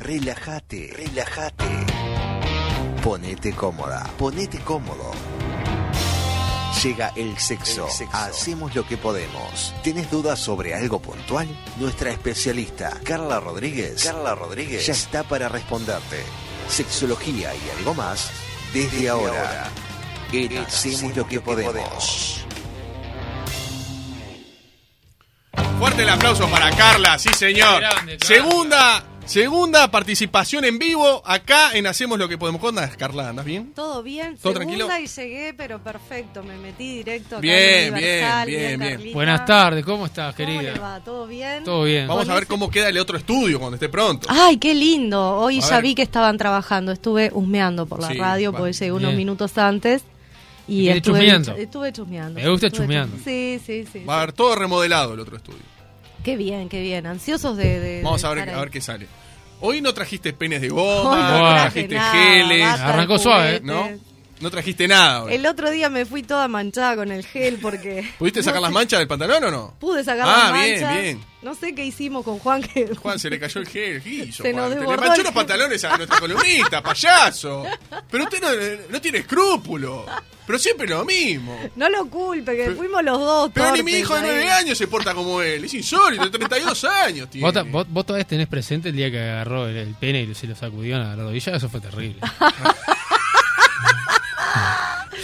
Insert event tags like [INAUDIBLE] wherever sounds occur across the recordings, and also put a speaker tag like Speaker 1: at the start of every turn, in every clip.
Speaker 1: relájate, relájate. Ponete cómoda, ponete cómodo. Llega el sexo.
Speaker 2: El sexo.
Speaker 1: Hacemos lo que podemos. ¿Tenés dudas sobre algo puntual? Nuestra especialista, Carla Rodríguez,
Speaker 2: Carla Rodríguez.
Speaker 1: ya está para responderte. Sexología y algo más desde,
Speaker 2: Desde
Speaker 1: ahora.
Speaker 2: ahora.
Speaker 1: En Hacemos lo que podemos.
Speaker 3: Fuerte el aplauso para Carla, sí señor.
Speaker 4: Qué grande, Carla.
Speaker 3: segunda, segunda participación en vivo acá en Hacemos lo que podemos. ¿Cómo andás, Carla? ¿Andás bien?
Speaker 5: Todo bien,
Speaker 3: ¿Todo tranquilo?
Speaker 5: segunda y llegué, pero perfecto, me metí directo acá
Speaker 3: Bien,
Speaker 5: en
Speaker 3: bien,
Speaker 5: Universal,
Speaker 3: bien, bien.
Speaker 5: Carlita.
Speaker 4: Buenas tardes, ¿cómo estás,
Speaker 5: ¿Cómo le
Speaker 4: querida?
Speaker 5: va? ¿Todo bien?
Speaker 4: Todo bien.
Speaker 3: Vamos a ver
Speaker 5: Buenísimo.
Speaker 3: cómo queda el otro estudio cuando esté pronto.
Speaker 5: Ay, qué lindo. Hoy
Speaker 3: A
Speaker 5: ya
Speaker 3: ver.
Speaker 5: vi que estaban trabajando. Estuve husmeando por la
Speaker 3: Sí,
Speaker 5: radio,
Speaker 3: va.
Speaker 5: porque llegué unos
Speaker 4: Bien.
Speaker 5: minutos antes. Y
Speaker 4: Estuviste
Speaker 5: estuve
Speaker 4: chusmeando.
Speaker 5: Estuve chusmeando.
Speaker 4: Me gusta
Speaker 5: Estuve
Speaker 4: chusmeando.
Speaker 5: chus- Sí, sí, sí.
Speaker 3: Va a haber todo remodelado el otro estudio.
Speaker 5: Qué bien, qué bien. Ansiosos de. de-
Speaker 3: Vamos
Speaker 5: de
Speaker 3: a ver,
Speaker 5: estar
Speaker 3: a
Speaker 5: Eh, ahí.
Speaker 3: ver qué sale. Hoy no trajiste penes de
Speaker 5: Hoy
Speaker 3: goma,
Speaker 5: no
Speaker 3: no
Speaker 5: traje
Speaker 3: trajiste
Speaker 5: nada,
Speaker 3: geles,
Speaker 5: basta de
Speaker 4: Arrancó suave, ¿eh?
Speaker 5: juguetes.
Speaker 3: este ¿no? No trajiste nada. hoy.
Speaker 5: El otro día me fui toda manchada con el gel porque.
Speaker 3: ¿Pudiste sacar las manchas del pantalón o no?
Speaker 5: Pude sacar
Speaker 3: Ah,
Speaker 5: las
Speaker 3: bien,
Speaker 5: manchas.
Speaker 3: bien.
Speaker 5: No sé qué hicimos con Juan que
Speaker 3: [LAUGHS] Juan, se le cayó el gel. ¿qué hizo,
Speaker 5: Se
Speaker 3: Juan?
Speaker 5: nos
Speaker 3: Te le
Speaker 5: desbordó
Speaker 3: manchó
Speaker 5: el
Speaker 3: los
Speaker 5: gel.
Speaker 3: pantalones a nuestra columnista, payaso. Pero usted no, no tiene escrúpulo. Pero siempre lo mismo.
Speaker 5: No lo culpe, que
Speaker 3: Pero-
Speaker 5: fuimos los dos.
Speaker 3: Pero ni
Speaker 5: torpes
Speaker 3: mi hijo de
Speaker 5: ahí.
Speaker 3: 9 años se porta como él. Es insólito, 32 años tiene.
Speaker 4: ¿Vos, ta- vos- vos todavía tenés presente el día que agarró el, el pene y se lo sacudió en la rodilla? Eso fue
Speaker 5: [LAUGHS]
Speaker 4: terrible.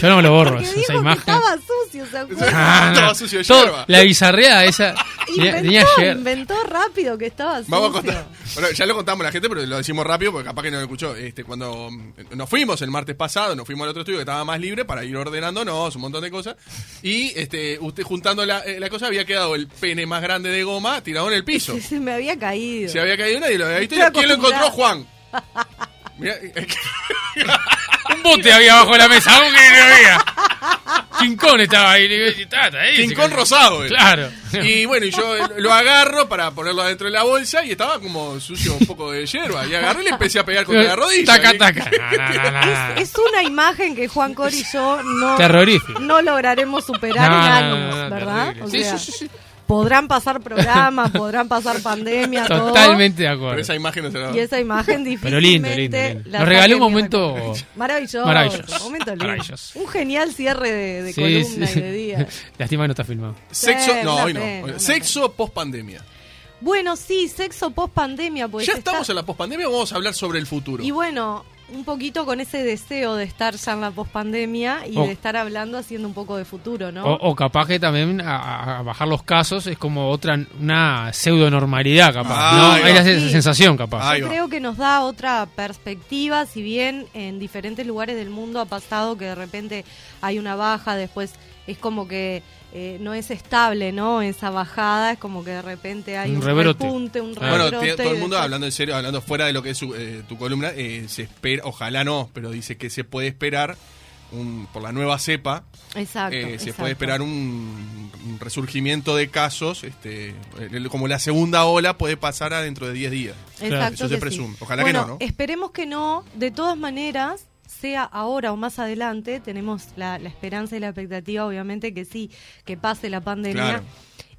Speaker 4: Yo no me lo borro,
Speaker 5: Porque
Speaker 4: eso,
Speaker 5: dijo
Speaker 4: esa
Speaker 5: que
Speaker 4: imagen.
Speaker 5: estaba sucio, ¿se acuerdan?
Speaker 4: Ah, no.
Speaker 3: Todo sucio de
Speaker 4: Todo-
Speaker 3: yerba.
Speaker 4: la bizarrea esa. tenía- tenía
Speaker 5: Inventó,
Speaker 4: ayer.
Speaker 5: inventó rápido que estaba sucio.
Speaker 3: Vamos a
Speaker 5: [LAUGHS]
Speaker 3: contar. Bueno, ya lo contamos a la gente, pero lo decimos rápido porque capaz que no lo escuchó. Este, cuando mm, nos fuimos el martes pasado, nos fuimos al otro estudio que estaba más libre para ir ordenándonos un montón de cosas. Y este, usted juntando la, eh, la cosa había quedado el pene más grande de goma tirado en el piso.
Speaker 5: Se, se me había caído.
Speaker 3: Se había caído nadie lo había visto.
Speaker 5: Estoy
Speaker 3: ¿Quién lo
Speaker 5: acostumbrada.
Speaker 3: encontró? Juan.
Speaker 5: [LAUGHS]
Speaker 3: Mirá, eh,
Speaker 4: Un bote había abajo de la
Speaker 5: [LAUGHS]
Speaker 4: mesa, aún que no había. Chincón estaba ahí. le digo, "Está-
Speaker 3: [LAUGHS]
Speaker 4: está ahí".
Speaker 3: Rincón
Speaker 4: Se-
Speaker 3: rosado. eh.
Speaker 4: Claro.
Speaker 3: Y bueno, y yo eh, lo agarro para ponerlo adentro de la bolsa y estaba como sucio un poco de hierba. Y agarré y le empecé a pegar contra la rodilla.
Speaker 4: Taca,
Speaker 3: Y-
Speaker 4: taca. No, no, no, no.
Speaker 5: Es una imagen que Juan Cori y yo no,
Speaker 4: Terrorífico.
Speaker 5: no lograremos superar
Speaker 4: No,
Speaker 5: en
Speaker 4: no,
Speaker 5: años,
Speaker 4: no, no,
Speaker 5: ¿verdad?
Speaker 4: terrible.
Speaker 5: O
Speaker 4: Sí,
Speaker 5: sea,
Speaker 4: [LAUGHS]
Speaker 5: Podrán pasar programas, podrán pasar pandemia, todo.
Speaker 4: Totalmente de acuerdo.
Speaker 3: Pero esa imagen no se la
Speaker 5: Y esa imagen difícil.
Speaker 4: Pero lindo, lindo, lindo. Nos regaló un momento
Speaker 5: maravilloso.
Speaker 4: maravilloso.
Speaker 5: un momento lindo.
Speaker 4: Maravilloso.
Speaker 5: Un genial cierre de, de
Speaker 4: Sí,
Speaker 5: columna
Speaker 4: sí.
Speaker 5: y de día.
Speaker 4: [LAUGHS] Lástima que no está filmado.
Speaker 3: Sexo,
Speaker 5: Sí,
Speaker 3: no,
Speaker 5: una
Speaker 3: hoy no.
Speaker 5: pena, una
Speaker 3: Sexo post pandemia.
Speaker 5: Bueno, sí, sexo post pandemia. Pues
Speaker 3: ya estamos en la post pandemia, vamos a hablar sobre el futuro.
Speaker 5: Y bueno, un poquito con ese deseo de estar ya en la post pandemia y
Speaker 4: Oh.
Speaker 5: de estar hablando haciendo un poco de futuro, ¿no?
Speaker 4: O, o capaz que también a- a, a bajar los casos es como otra una pseudo normalidad capaz.
Speaker 3: Ah,
Speaker 4: no,
Speaker 3: ahí
Speaker 4: hay
Speaker 3: va.
Speaker 4: la se-
Speaker 5: Sí.
Speaker 4: sensación capaz.
Speaker 3: Ah. ahí
Speaker 5: Yo
Speaker 3: va.
Speaker 5: creo que nos da otra perspectiva, si bien en diferentes lugares del mundo ha pasado que de repente hay una baja, después es como que eh, no es estable, ¿no? Esa bajada es como que de repente hay
Speaker 4: Un
Speaker 5: un,
Speaker 4: rebrote.
Speaker 5: repunte, un
Speaker 4: Ah.
Speaker 3: bueno,
Speaker 5: rebrote.
Speaker 3: te- todo el mundo
Speaker 5: y después-
Speaker 3: hablando en serio, hablando fuera de lo que es su- eh, tu columna, eh, se espera, ojalá no, pero dice que se puede esperar un, por la nueva cepa,
Speaker 5: Exacto.
Speaker 3: eh, se
Speaker 5: exacto.
Speaker 3: puede esperar un, un resurgimiento de casos, este, el- como la segunda ola puede pasar a dentro de 10 días.
Speaker 5: Exacto
Speaker 3: Eso se
Speaker 5: que sí.
Speaker 3: presume. Ojalá
Speaker 5: Bueno,
Speaker 3: que no, ¿no?
Speaker 5: Esperemos que no. De todas maneras, sea ahora o más adelante, tenemos la, la esperanza y la expectativa, obviamente, que sí, que pase la pandemia.
Speaker 3: Claro.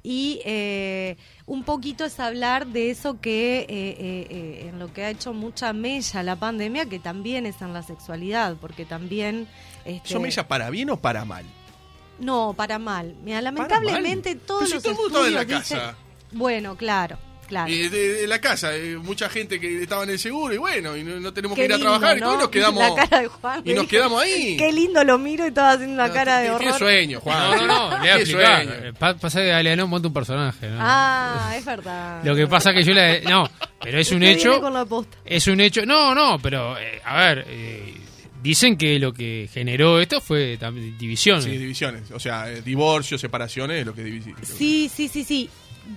Speaker 5: Y eh, un poquito es hablar de eso que eh, eh, eh, en lo que ha hecho mucha mella la pandemia, que también es en la sexualidad, porque también... Este,
Speaker 3: ¿Yo me ella para bien o para mal?
Speaker 5: No, para mal. Mira, lamentablemente
Speaker 3: mal?
Speaker 5: todos
Speaker 3: Pero si todo
Speaker 5: los
Speaker 3: el mundo estaba en la
Speaker 5: estudios dicen-
Speaker 3: casa.
Speaker 5: Bueno, claro, claro.
Speaker 3: Eh, de, de la casa, eh, mucha gente que estaba en el seguro y bueno, y no, no tenemos
Speaker 5: Qué
Speaker 3: que ir a
Speaker 5: lindo,
Speaker 3: trabajar y
Speaker 5: ¿no?
Speaker 3: todos nos quedamos,
Speaker 5: La cara de Juan
Speaker 3: y
Speaker 5: me
Speaker 3: nos
Speaker 5: dijo,
Speaker 3: quedamos ahí.
Speaker 5: Qué lindo lo miro y estaba haciendo una
Speaker 3: No,
Speaker 5: cara de
Speaker 3: tiene-
Speaker 5: horror.
Speaker 3: Tiene sueño,
Speaker 4: No,
Speaker 3: Juan.
Speaker 4: no, no, le voy a
Speaker 3: Tiene
Speaker 4: explicar.
Speaker 3: sueño.
Speaker 4: Eh, pa- Pasa que Aliano monta un personaje. ¿no?
Speaker 5: Ah, es verdad.
Speaker 4: Lo que pasa que yo le... No, pero es un
Speaker 5: Usted viene
Speaker 4: hecho...
Speaker 5: con la posta.
Speaker 4: Es un hecho. No, no, pero eh, a ver, eh, dicen que lo que generó esto fue también división.
Speaker 3: Sí, divisiones. O sea, eh, divorcios, separaciones, es lo que divide.
Speaker 5: Sí, sí, sí, sí.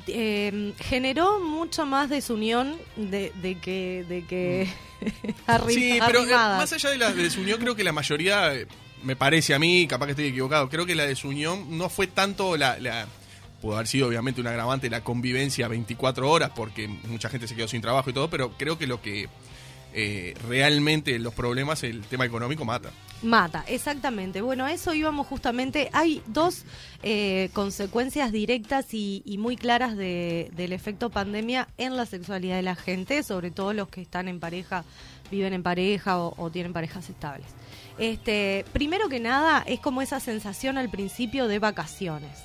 Speaker 5: Eh, generó mucho más desunión de, de que de que [LAUGHS] arri-
Speaker 3: Sí, pero eh,
Speaker 5: arrimadas.
Speaker 3: más allá de la desunión, creo que la mayoría, eh, me parece a mí, capaz que estoy equivocado, creo que la desunión no fue tanto la... la- pudo haber sido obviamente un agravante la convivencia 24 horas porque mucha gente se quedó sin trabajo y todo, pero creo que lo que eh, realmente los problemas, el tema económico mata.
Speaker 5: Mata, exactamente. Bueno, a eso íbamos justamente. Hay dos eh, consecuencias directas y, y muy claras de- del efecto pandemia en la sexualidad de la gente, sobre todo los que están en pareja, viven en pareja o, o tienen parejas estables. Este, primero que nada, es como esa sensación al principio de vacaciones,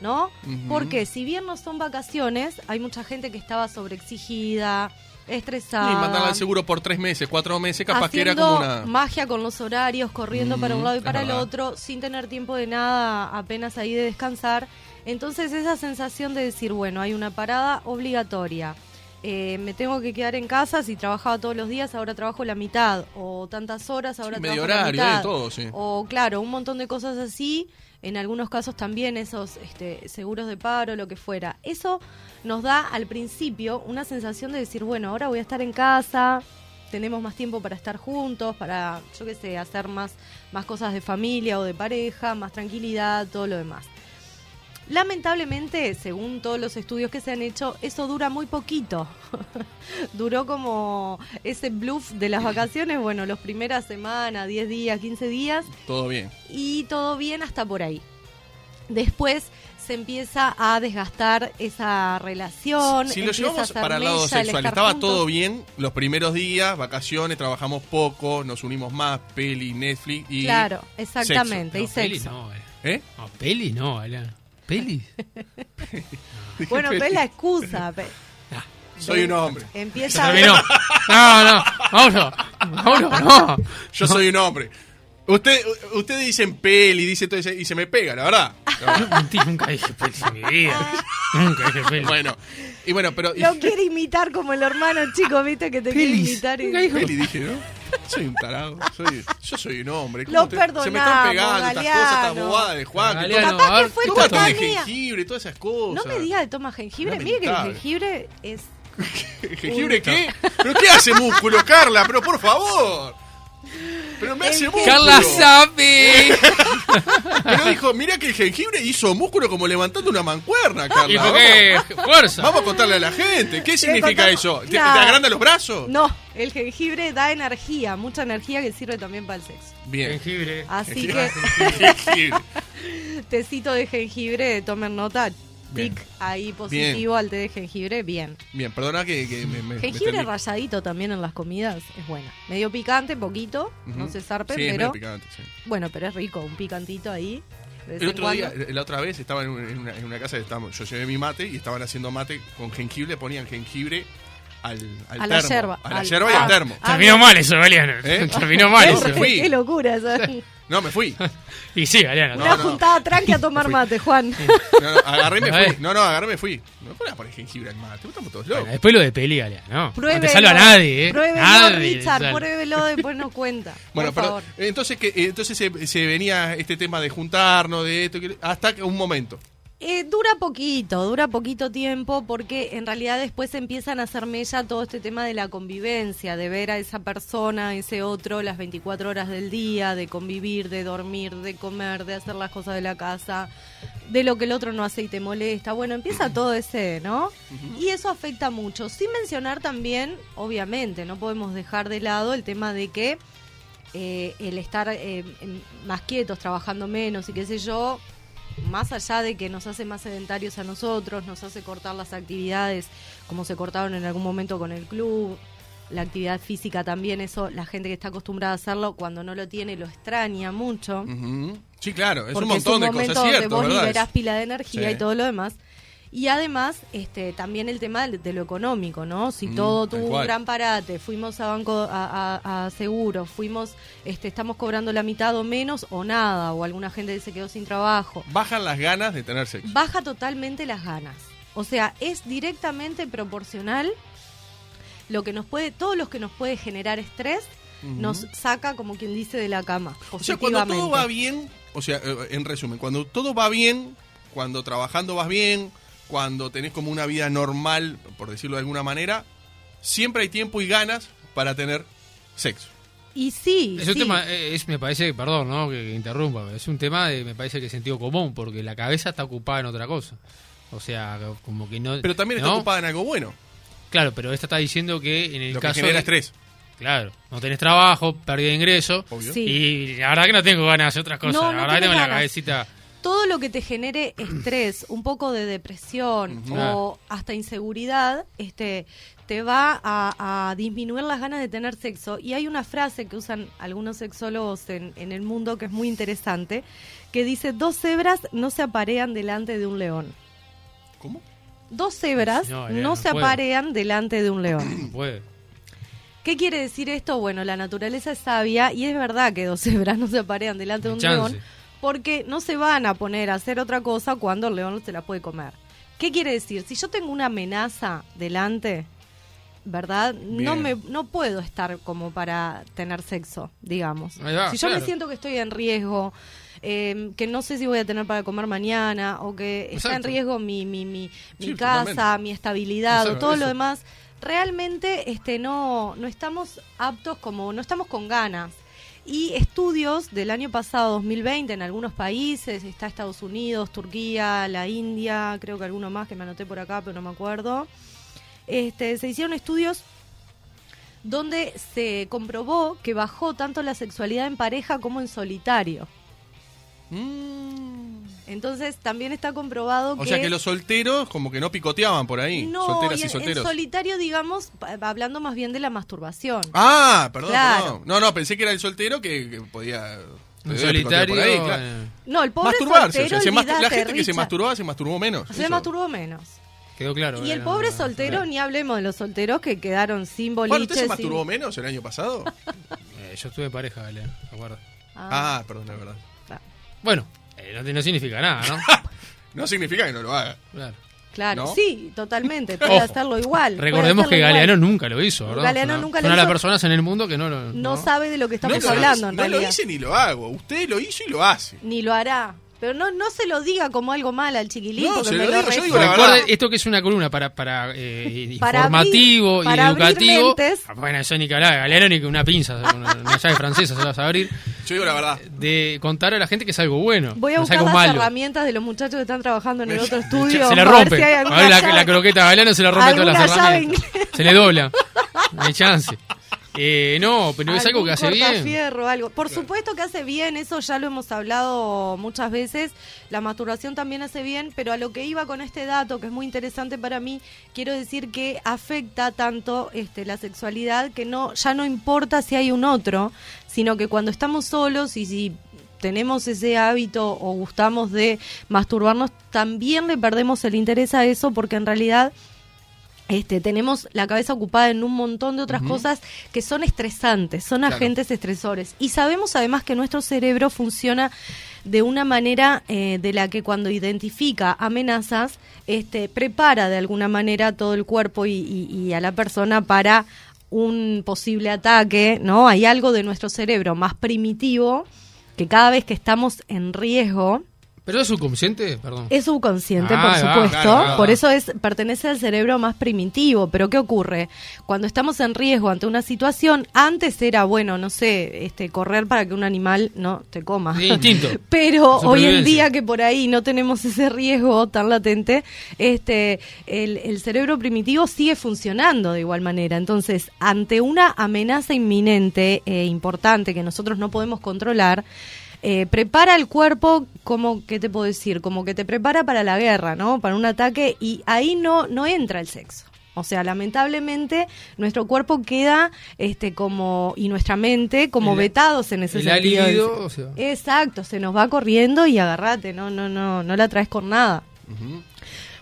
Speaker 5: ¿no?
Speaker 3: Ujú.
Speaker 5: Porque si bien no son vacaciones, hay mucha gente que estaba sobreexigida, estresada
Speaker 3: Y mandarla al seguro por tres meses, cuatro meses, capaz que era como
Speaker 5: haciendo
Speaker 3: una.
Speaker 5: magia con los horarios, corriendo
Speaker 3: Mm,
Speaker 5: para un lado y
Speaker 3: es
Speaker 5: para el
Speaker 3: verdad.
Speaker 5: otro, sin tener tiempo de nada, apenas ahí de descansar. Entonces esa sensación de decir, bueno, hay una parada obligatoria. Eh, me tengo que quedar en casa si trabajaba todos los días, ahora trabajo la mitad, o tantas horas, ahora
Speaker 3: Sí,
Speaker 5: trabajo
Speaker 3: medio horario,
Speaker 5: la
Speaker 3: eh,
Speaker 5: mitad.
Speaker 3: todo, sí.
Speaker 5: O claro, un montón de cosas así, en algunos casos también esos este, seguros de paro, lo que fuera. Eso nos da al principio una sensación de decir, bueno, ahora voy a estar en casa, tenemos más tiempo para estar juntos, para, yo qué sé, hacer más, más cosas de familia o de pareja, más tranquilidad, todo lo demás. Lamentablemente, según todos los estudios que se han hecho, eso dura muy poquito. Duró como ese bluff de las vacaciones, bueno, las primeras semanas, 10 días, 15 días,
Speaker 3: Todo bien.
Speaker 5: y todo bien hasta por ahí. Después se empieza a desgastar esa relación.
Speaker 3: Si lo
Speaker 5: empieza a
Speaker 3: llevamos
Speaker 5: hacer
Speaker 3: para el lado
Speaker 5: mella el
Speaker 3: sexual,
Speaker 5: estar
Speaker 3: estaba
Speaker 5: juntos.
Speaker 3: todo bien los primeros días, vacaciones, trabajamos poco, nos unimos más, peli, Netflix y.
Speaker 5: Claro, exactamente,
Speaker 4: No,
Speaker 5: y
Speaker 4: peli
Speaker 5: sexo.
Speaker 4: no, eh.
Speaker 3: ¿Eh?
Speaker 4: No, peli no, Alan. Peli.
Speaker 5: Bueno, pero es la excusa. pe-
Speaker 3: Soy un hombre.
Speaker 4: Se
Speaker 5: Empieza
Speaker 4: terminó. No, no. Vámonos. Vámonos, no.
Speaker 3: Yo soy un hombre. Usted, ustedes dicen peli, dice todo eso, y se me pega, la
Speaker 5: [LAUGHS]
Speaker 3: verdad.
Speaker 4: Yo mentí, nunca dije peli en mi vida. Nunca dije peli.
Speaker 3: Bueno, y bueno, pero.
Speaker 5: [LAUGHS] Lo quiere imitar como el hermano chico, viste que te quiere
Speaker 4: Pelis.
Speaker 5: imitar. y-
Speaker 4: Nunca dijo-
Speaker 3: Peli dije, ¿no? Soy un tarado. Soy, yo soy un hombre. ¿cómo
Speaker 5: Lo
Speaker 3: usted- Se me están
Speaker 5: perdonamos,
Speaker 3: pegando estas
Speaker 5: Galeano.
Speaker 3: cosas, estas bobadas de Juan. que
Speaker 4: Galeano,
Speaker 3: todo-
Speaker 5: Capaz
Speaker 4: a
Speaker 5: que
Speaker 4: ver,
Speaker 5: fue
Speaker 4: ¿qué
Speaker 3: todo esto de
Speaker 5: Totania.
Speaker 3: jengibre, todas esas cosas.
Speaker 5: No me diga de toma jengibre, mire que el
Speaker 3: Lamentable.
Speaker 5: jengibre es.
Speaker 3: ¿Jengibre qué? ¿Pero qué hace músculo, Carla? Pero por favor. Pero me hace músculo.
Speaker 4: Carla sabe.
Speaker 3: Pero dijo, mirá que el jengibre hizo músculo como levantando una mancuerna,
Speaker 5: Ah,
Speaker 3: Carla.
Speaker 4: ¿Y por
Speaker 3: Vamos-
Speaker 4: qué? Fuerza.
Speaker 3: Vamos a contarle a la gente. ¿Qué significa
Speaker 5: contamos-
Speaker 3: eso? ¿Te, te
Speaker 5: Claro.
Speaker 3: agranda los brazos?
Speaker 5: No, el jengibre da energía, mucha energía que sirve también para el sexo.
Speaker 3: Bien.
Speaker 4: Jengibre.
Speaker 5: Así que,
Speaker 3: Jengibre.
Speaker 5: tecito de jengibre, tomen nota.
Speaker 3: Bien.
Speaker 5: Tic ahí positivo al té de jengibre, bien.
Speaker 3: Bien, perdona que, que me, me- me
Speaker 5: Jengibre
Speaker 3: extendí.
Speaker 5: rayadito también en las comidas es buena. Medio picante, poquito,
Speaker 3: Ujú.
Speaker 5: no se zarpe,
Speaker 3: Sí, es medio
Speaker 5: pero.
Speaker 3: picante, sí.
Speaker 5: Bueno, pero es rico, un picantito ahí. de
Speaker 3: El
Speaker 5: vez en
Speaker 3: otro
Speaker 5: cuando.
Speaker 3: día, la otra vez, estaba en un- en una, en una casa, que estábamos, yo llevé mi mate y estaban haciendo mate con jengibre, ponían jengibre al, al
Speaker 5: A la
Speaker 3: termo.
Speaker 5: yerba.
Speaker 3: A la
Speaker 5: Al-
Speaker 3: yerba y
Speaker 5: ah.
Speaker 3: al termo.
Speaker 5: Ah,
Speaker 4: Terminó
Speaker 5: bien.
Speaker 4: mal eso, Galeano.
Speaker 3: ¿Eh?
Speaker 4: Terminó mal
Speaker 5: Qué
Speaker 3: No,
Speaker 4: eso.
Speaker 3: se
Speaker 5: re-
Speaker 3: fui.
Speaker 5: Qué locura esa.
Speaker 3: No, me fui.
Speaker 4: Y sí, Galeano.
Speaker 5: Una
Speaker 3: no.
Speaker 5: juntada tranqui a
Speaker 3: [LAUGHS]
Speaker 5: tomar mate, Juan.
Speaker 3: No, no, agarré y me
Speaker 4: Ay.
Speaker 3: fui. No, no, agarré y me fui. No pongas por jengibre al mate, vos estamos todos locos.
Speaker 4: Bueno, después lo de peli, Galeano. No,
Speaker 5: Pruébelo.
Speaker 4: no te salva a nadie, ¿eh?
Speaker 5: Pruébelo,
Speaker 4: Nadie te
Speaker 5: Richard,
Speaker 4: salva.
Speaker 5: pruébelo, después no cuenta.
Speaker 3: Bueno,
Speaker 5: por
Speaker 3: pero
Speaker 5: favor.
Speaker 3: entonces que entonces se, se venía este tema de juntarnos, de esto, que- hasta que un momento.
Speaker 5: Eh, dura poquito, dura poquito tiempo porque en realidad después empiezan a hacer mella todo este tema de la convivencia, de ver a esa persona, a ese otro, las 24 horas del día, de convivir, de dormir, de comer, de hacer las cosas de la casa, de lo que el otro no hace y te molesta. Bueno, empieza todo ese, ¿no? Y eso afecta mucho. Sin mencionar también, obviamente, no podemos dejar de lado el tema de que eh, el estar eh, en- más quietos, trabajando menos y qué sé yo, más allá de que nos hace más sedentarios a nosotros, nos hace cortar las actividades como se cortaron en algún momento con el club, la actividad física también, eso la gente que está acostumbrada a hacerlo cuando no lo tiene lo extraña mucho.
Speaker 3: Ujú. Sí, claro, es
Speaker 5: porque
Speaker 3: un montón de
Speaker 5: momento
Speaker 3: cosas,
Speaker 5: donde
Speaker 3: cierto,
Speaker 5: vos
Speaker 3: ¿verdad?
Speaker 5: liberás pila de energía
Speaker 3: Sí.
Speaker 5: y todo lo demás. Y además, este, también el tema de, de lo económico, ¿no? Si
Speaker 3: Mm,
Speaker 5: todo
Speaker 3: tal
Speaker 5: tuvo un
Speaker 3: cual.
Speaker 5: gran parate, fuimos a banco, a, a- a seguro, fuimos, este, estamos cobrando la mitad o menos o nada, o alguna gente se quedó sin trabajo
Speaker 3: Bajan las ganas de tener sexo.
Speaker 5: baja totalmente las ganas. O sea, es directamente proporcional lo que nos puede, todos los que nos puede generar estrés, nos saca como quien dice de la cama.
Speaker 3: O sea, cuando
Speaker 5: positivamente.
Speaker 3: todo va bien, o sea, eh, en resumen, cuando todo va bien, cuando trabajando vas bien, cuando tenés como una vida normal, por decirlo de alguna manera, siempre hay tiempo y ganas para tener sexo.
Speaker 5: Y sí,
Speaker 4: Es un
Speaker 5: sí.
Speaker 4: tema, eh, es, me parece, perdón, ¿no? Que, que interrumpa, pero es un tema de, me parece que sentido común, porque la cabeza está ocupada en otra cosa. O sea, como que no.
Speaker 3: Pero también está
Speaker 4: ¿no?
Speaker 3: ocupada en algo bueno,
Speaker 4: Claro, pero esta está diciendo que en el
Speaker 3: lo que
Speaker 4: caso.
Speaker 3: genera
Speaker 4: de-
Speaker 3: estrés.
Speaker 4: claro. No tenés trabajo, pérdida de ingreso.
Speaker 3: Obvio.
Speaker 5: Sí.
Speaker 4: Y la verdad que no tengo ganas de hacer otras cosas.
Speaker 5: No, no
Speaker 4: la verdad que
Speaker 5: tenés
Speaker 4: tengo la
Speaker 5: ganas.
Speaker 4: cabecita.
Speaker 5: Todo lo que te genere estrés, un poco de depresión
Speaker 4: Ujú. Ah.
Speaker 5: o hasta inseguridad, este, te va a, a disminuir las ganas de tener sexo. Y hay una frase que usan algunos sexólogos en, en el mundo que es muy interesante, que dice, dos cebras no se aparean delante de un león.
Speaker 3: ¿Cómo?
Speaker 5: Dos cebras
Speaker 4: No,
Speaker 5: no,
Speaker 4: eh, no
Speaker 5: se
Speaker 4: puedo.
Speaker 5: aparean delante de un león.
Speaker 4: No puede.
Speaker 5: ¿Qué quiere decir esto? Bueno, la naturaleza es sabia y es verdad que dos [LAUGHS] cebras no se aparean delante de
Speaker 4: Ni
Speaker 5: un
Speaker 4: chance.
Speaker 5: león porque no se van a poner a hacer otra cosa cuando el león se la puede comer. ¿Qué quiere decir? Si yo tengo una amenaza delante, ¿verdad? No
Speaker 3: Bien.
Speaker 5: me no puedo estar como para tener sexo, digamos.
Speaker 4: Ahí va,
Speaker 5: si yo
Speaker 4: claro.
Speaker 5: me siento que estoy en riesgo, eh, que no sé si voy a tener para comer mañana o que está en
Speaker 4: Exacto.
Speaker 5: riesgo mi, mi, mi, mi
Speaker 3: Sí,
Speaker 5: casa,
Speaker 3: totalmente.
Speaker 5: mi estabilidad,
Speaker 3: Exacto,
Speaker 5: todo
Speaker 3: eso.
Speaker 5: lo demás, realmente este no no estamos aptos como no estamos con ganas. Y estudios del año pasado 2020 en algunos países, está Estados Unidos, Turquía, la India, creo que alguno más que me anoté por acá, pero no me acuerdo. Este, se hicieron estudios donde se comprobó que bajó tanto la sexualidad en pareja como en solitario.
Speaker 3: Mm.
Speaker 5: Entonces también está comprobado
Speaker 3: O sea que los solteros como que no picoteaban por ahí.
Speaker 5: no,
Speaker 3: solteras y,
Speaker 5: y en- en
Speaker 3: solteros.
Speaker 5: solitario, digamos, pa- hablando más bien de la masturbación.
Speaker 3: Ah, perdón,
Speaker 5: Claro.
Speaker 3: perdón. No, no, pensé que era el soltero que, que podía...
Speaker 4: En
Speaker 3: podía picotear
Speaker 4: solitario. eh,
Speaker 3: por ahí, claro.
Speaker 4: bueno,
Speaker 5: No, el pobre
Speaker 3: eh. Masturbarse. o
Speaker 5: soltero,
Speaker 3: sea, se mas- la
Speaker 5: olvídate,
Speaker 3: gente que se
Speaker 5: Richard.
Speaker 3: masturbaba se masturbó menos.
Speaker 5: Se
Speaker 3: eso.
Speaker 5: masturbó menos.
Speaker 4: quedó claro.
Speaker 5: y el
Speaker 4: bueno,
Speaker 5: pobre
Speaker 4: no,
Speaker 5: soltero,
Speaker 4: claro.
Speaker 5: ni hablemos de los solteros que quedaron sin boliches.
Speaker 3: Bueno, ¿usted se
Speaker 5: sin-
Speaker 3: masturbó menos el año pasado?
Speaker 4: Eh, yo estuve en pareja, vale, ¿te acuerdas?
Speaker 5: Ah,
Speaker 3: ah, perdón, la verdad.
Speaker 5: ah,
Speaker 4: Bueno, eh, no, te- no significa nada,
Speaker 3: [LAUGHS]
Speaker 4: ¿no?
Speaker 3: No significa que no lo haga.
Speaker 4: Claro.
Speaker 5: claro,
Speaker 3: ¿No?
Speaker 5: sí, totalmente. Puede
Speaker 4: Ojo.
Speaker 5: hacerlo igual. puede
Speaker 4: Recordemos que
Speaker 5: hacerlo igual.
Speaker 4: Galeano nunca lo hizo, ¿verdad?
Speaker 5: Galeano
Speaker 4: Son-
Speaker 5: nunca lo
Speaker 4: son a
Speaker 5: hizo.
Speaker 4: las personas en el mundo que no lo.
Speaker 5: no, sabe de lo que estamos
Speaker 3: no, lo-
Speaker 5: hablando, en
Speaker 3: no lo
Speaker 5: realidad.
Speaker 3: hice ni lo hago. Usted lo hizo y lo hace.
Speaker 5: Ni lo hará. Pero no, no se lo diga como algo mal al chiquilín.
Speaker 3: No,
Speaker 5: porque
Speaker 3: se
Speaker 5: me
Speaker 3: lo digo, yo
Speaker 5: re-
Speaker 3: digo la
Speaker 4: Recuerde
Speaker 3: verdad.
Speaker 4: esto que es una columna para, para, eh,
Speaker 5: [LAUGHS] Para
Speaker 4: informativo
Speaker 5: abrir- para
Speaker 4: y
Speaker 5: abrir
Speaker 4: educativo.
Speaker 5: mentes.
Speaker 4: Ah, Bueno, eso ni que hablar, Galeano ni que una pinza, una, una llave francesa se la vas a abrir.
Speaker 3: Yo digo la verdad.
Speaker 4: De contar a la gente que es algo bueno.
Speaker 5: Voy a
Speaker 4: no es
Speaker 5: buscar
Speaker 4: algo
Speaker 5: las
Speaker 4: malo.
Speaker 5: herramientas de los muchachos que están trabajando en el
Speaker 3: [LAUGHS]
Speaker 5: otro estudio.
Speaker 4: Se le
Speaker 5: a ver
Speaker 4: rompe.
Speaker 5: si hay
Speaker 4: A
Speaker 5: alguna
Speaker 4: ver, la,
Speaker 5: llave.
Speaker 4: la croqueta de Galeano se le rompe todas las
Speaker 5: Alguna llave
Speaker 4: herramientas. Se le dobla. [LAUGHS] No hay chance. Eh, no, pero es algo
Speaker 5: Algún
Speaker 4: que hace bien.
Speaker 5: cortafierro, algo. Por supuesto que hace bien, eso ya lo hemos hablado muchas veces. La masturbación también hace bien, pero a lo que iba con este dato, que es muy interesante para mí, quiero decir que afecta tanto este, la sexualidad que no ya no importa si hay un otro, sino que cuando estamos solos y si tenemos ese hábito o gustamos de masturbarnos, también le perdemos el interés a eso porque en realidad este, tenemos la cabeza ocupada en un montón de otras cosas que son estresantes, son
Speaker 3: Claro.
Speaker 5: agentes estresores. Y sabemos además que nuestro cerebro funciona de una manera eh, de la que cuando identifica amenazas, este, prepara de alguna manera todo el cuerpo y, y- y a la persona para un posible ataque, ¿no? Hay algo de nuestro cerebro más primitivo que cada vez que estamos en riesgo,
Speaker 4: Pero es subconsciente, perdón.
Speaker 5: es subconsciente,
Speaker 4: Ah,
Speaker 5: por
Speaker 4: ahí va,
Speaker 5: supuesto.
Speaker 3: claro, claro.
Speaker 5: Por eso es pertenece al cerebro más primitivo. Pero ¿qué ocurre? Cuando estamos en riesgo ante una situación, antes era bueno, no sé, este, correr para que un animal no te coma.
Speaker 4: Sí, instinto.
Speaker 5: [LAUGHS] Pero hoy en
Speaker 4: Supervivencia.
Speaker 5: día que por ahí no tenemos ese riesgo tan latente, este, el, el cerebro primitivo sigue funcionando de igual manera. Entonces, ante una amenaza inminente e importante que nosotros no podemos controlar, eh, prepara el cuerpo como, ¿qué te puedo decir? Como que te prepara para la guerra, ¿no? Para un ataque y ahí no, no entra el sexo. O sea, lamentablemente nuestro cuerpo queda este como y nuestra mente como
Speaker 4: El-
Speaker 5: vetados en ese
Speaker 4: El
Speaker 5: sentido. del
Speaker 4: alido,
Speaker 5: sexo.
Speaker 4: o sea.
Speaker 5: Exacto, se nos va corriendo y agarrate, no, no, no, no la traes con nada.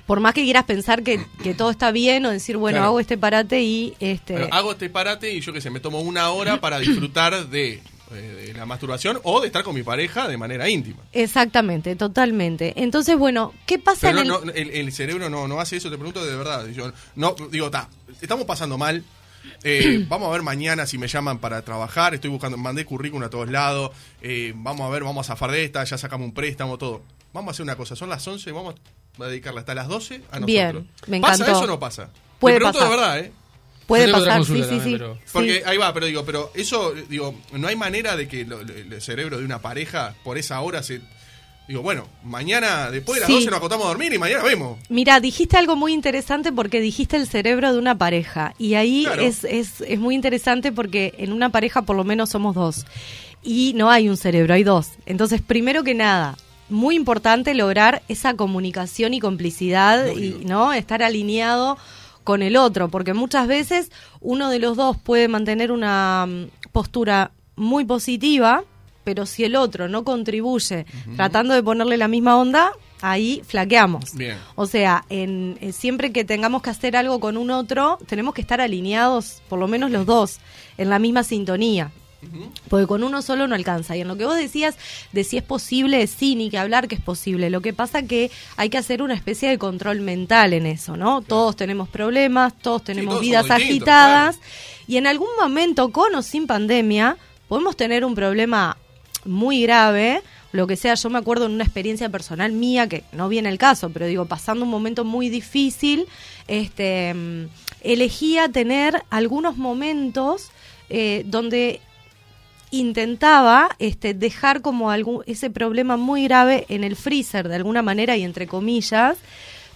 Speaker 5: Por más que quieras pensar que, que todo está bien o decir, bueno,
Speaker 3: Claro.
Speaker 5: hago este parate y este
Speaker 3: Bueno, hago este parate y yo que sé, me tomo una hora para disfrutar de, eh, de la masturbación o de estar con mi pareja de manera íntima.
Speaker 5: Exactamente, totalmente. Entonces, bueno, ¿qué pasa
Speaker 3: Pero no,
Speaker 5: en el
Speaker 3: no, el, el cerebro no, no hace eso, te pregunto de verdad. Yo, no, digo, ta, estamos pasando mal.
Speaker 5: [CLEARS THROAT]
Speaker 3: eh, vamos a ver mañana si me llaman para trabajar. Estoy buscando, mandé currículum a todos lados. eh, vamos a ver, vamos a zafar de esta. Ya sacamos un préstamo, todo. Vamos a hacer una cosa: son las 11, vamos a dedicarla hasta las 12 a nosotros.
Speaker 5: Bien, me
Speaker 3: ¿Pasa
Speaker 5: encantó.
Speaker 3: eso o no pasa?
Speaker 5: Puede
Speaker 3: te pregunto
Speaker 5: pasar.
Speaker 3: de verdad, ¿eh?
Speaker 5: puede
Speaker 4: Yo tengo otra
Speaker 5: pasar? Sí,
Speaker 4: consulta
Speaker 5: sí, sí.
Speaker 4: también, pero-
Speaker 5: Sí.
Speaker 3: Porque ahí va, pero digo, pero eso, digo, no hay manera de que lo- lo- el cerebro de una pareja por esa hora se Digo, bueno, mañana después de las
Speaker 5: Sí.
Speaker 3: 12 nos acostamos a dormir y mañana vemos.
Speaker 5: Mira, dijiste algo muy interesante porque dijiste el cerebro de una pareja. Y ahí
Speaker 3: Claro.
Speaker 5: es, es, es muy interesante porque en una pareja por lo menos somos dos. Y no hay un cerebro, hay dos. Entonces, primero que nada, muy importante lograr esa comunicación y complicidad y no estar alineado con el otro, porque muchas veces uno de los dos puede mantener una mm, postura muy positiva, pero si el otro no contribuye tratando de ponerle la misma onda, ahí flaqueamos.
Speaker 3: Bien.
Speaker 5: O sea, en, eh, siempre que tengamos que hacer algo con un otro, tenemos que estar alineados, por lo menos los dos, en la misma sintonía. Porque con uno solo no alcanza. Y en lo que vos decías de si es posible, sí, ni que hablar que es posible. Lo que pasa que hay que hacer una especie de control mental en eso, ¿no? Todos tenemos problemas, todos tenemos
Speaker 3: todos
Speaker 5: vidas
Speaker 3: somos distintos,
Speaker 5: agitadas. Y en algún momento, con o sin pandemia, podemos tener un problema muy grave, lo que sea. Yo me acuerdo en una experiencia personal mía, que no viene el caso, pero digo, pasando un momento muy difícil, este, mm, elegía tener algunos momentos eh, donde intentaba este, dejar como algún, ese problema muy grave en el freezer, de alguna manera y entre comillas,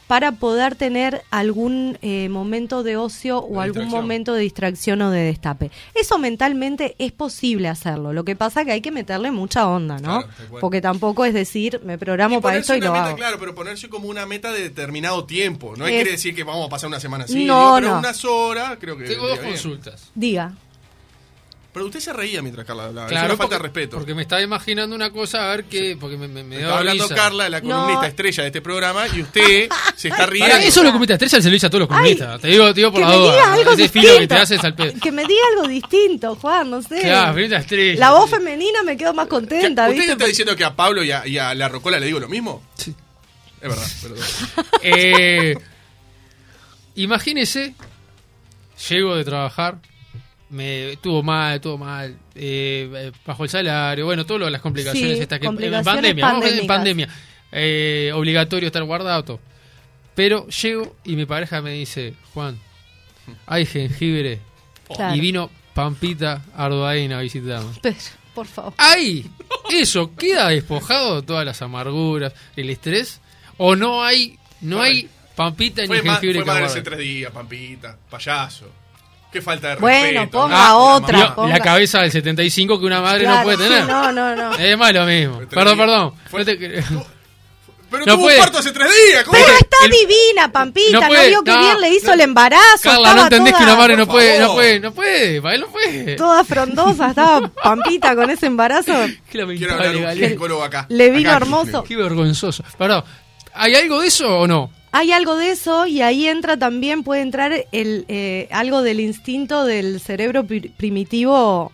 Speaker 5: para poder tener algún eh, momento de ocio o
Speaker 3: De
Speaker 5: algún
Speaker 3: distracción.
Speaker 5: momento de distracción o de destape. Eso mentalmente es posible hacerlo. Lo que pasa que hay que meterle mucha onda, ¿no?
Speaker 3: Claro, tal cual.
Speaker 5: Porque tampoco es decir, me
Speaker 3: Y
Speaker 5: programo para
Speaker 3: ponerse
Speaker 5: esto
Speaker 3: una
Speaker 5: y lo
Speaker 3: meta,
Speaker 5: hago.
Speaker 3: Claro, pero ponerse como una meta de determinado tiempo. No
Speaker 5: Es-
Speaker 3: quiere decir que vamos a pasar una semana así, digo,
Speaker 5: No,
Speaker 3: pero
Speaker 5: no.
Speaker 3: unas horas, creo que.
Speaker 4: Tengo dos
Speaker 3: bien.
Speaker 4: consultas.
Speaker 5: Diga.
Speaker 3: Pero usted se reía mientras Carla hablaba. Claro, es una falta de respeto.
Speaker 4: Porque me estaba imaginando una cosa, a ver qué. Porque me, me, me
Speaker 3: Estaba
Speaker 4: daba
Speaker 3: hablando
Speaker 4: risa.
Speaker 3: Carla, la
Speaker 5: No.
Speaker 3: columnista estrella de este programa, y
Speaker 5: [LAUGHS]
Speaker 3: usted se está riendo.
Speaker 4: Para mí eso lo comiste estrella se lo hizo a todos los comunistas. Te digo, te digo por
Speaker 5: que
Speaker 4: la
Speaker 5: me
Speaker 4: duda.
Speaker 5: diga algo
Speaker 4: Ese
Speaker 5: distinto.
Speaker 4: filo que te haces al pedo.
Speaker 5: Que me diga algo distinto, Juan, no sé.
Speaker 4: Claro, Felipe Estrella.
Speaker 5: La voz femenina me quedo más
Speaker 3: ¿Qué-
Speaker 5: contenta,
Speaker 3: ¿Usted
Speaker 5: ¿viste?
Speaker 3: está diciendo que a Pablo y a, y a la Rocola le digo lo mismo?
Speaker 4: Sí.
Speaker 3: Es verdad, perdón.
Speaker 4: Eh, imagínese, llego de trabajar, me estuvo mal, estuvo mal, eh, eh, bajo el salario, bueno, todas las complicaciones
Speaker 5: Sí,
Speaker 4: estas que
Speaker 5: complicaciones
Speaker 4: en pandemia, vamos a ver, en pandemia,
Speaker 5: pandémicas.
Speaker 4: eh, obligatorio estar guardado. todo. Pero llego y mi pareja me dice, Juan, hay jengibre
Speaker 5: Claro.
Speaker 4: y vino Pampita Ardoain a visitarme.
Speaker 5: Pero, por favor.
Speaker 4: ¡Ay! Eso queda despojado de todas las amarguras, el estrés. O no hay, no hay pampita ni
Speaker 3: Fue, ma- fue
Speaker 4: jengibre que
Speaker 3: madre
Speaker 4: aguarde.
Speaker 3: hace tres días, Pampita, payaso. Qué falta de
Speaker 5: Bueno,
Speaker 3: respeto.
Speaker 5: ponga
Speaker 3: Ah,
Speaker 5: otra,
Speaker 3: mamá.
Speaker 4: Vio La cabeza del 75 que una madre no
Speaker 5: Claro,
Speaker 4: puede
Speaker 5: sí,
Speaker 4: tener. Eh,
Speaker 5: No, no, no.
Speaker 4: Es más lo mismo.
Speaker 3: Fue tres
Speaker 4: Perdón,
Speaker 3: días.
Speaker 4: perdón.
Speaker 3: Fue-
Speaker 4: No te cre-
Speaker 3: [LAUGHS] Pero
Speaker 4: No
Speaker 3: tuvo
Speaker 4: puede.
Speaker 3: un parto hace tres días. ¿cómo?
Speaker 5: Pero está
Speaker 4: el-
Speaker 5: divina, Pampita.
Speaker 4: no
Speaker 5: No,
Speaker 4: puede-
Speaker 5: vio que
Speaker 4: no,
Speaker 5: bien le hizo
Speaker 4: no.
Speaker 5: el embarazo.
Speaker 4: Carla, no
Speaker 5: estaba
Speaker 4: entendés que
Speaker 5: toda,
Speaker 4: una madre no
Speaker 3: por
Speaker 4: puede, no
Speaker 3: favor.
Speaker 4: puede, no puede. Para él no puede.
Speaker 5: Toda frondosa estaba Pampita con ese embarazo.
Speaker 4: Qué
Speaker 3: Quiero
Speaker 4: lamentable,
Speaker 3: hablar un
Speaker 4: Gabriel.
Speaker 3: ginecólogo acá.
Speaker 5: Le vino
Speaker 3: Acá,
Speaker 5: hermoso.
Speaker 4: Qué vergonzoso. Perdón. ¿Hay algo de eso o no?
Speaker 5: Hay algo de eso y ahí entra también, puede entrar el, eh, algo del instinto del cerebro pri- primitivo.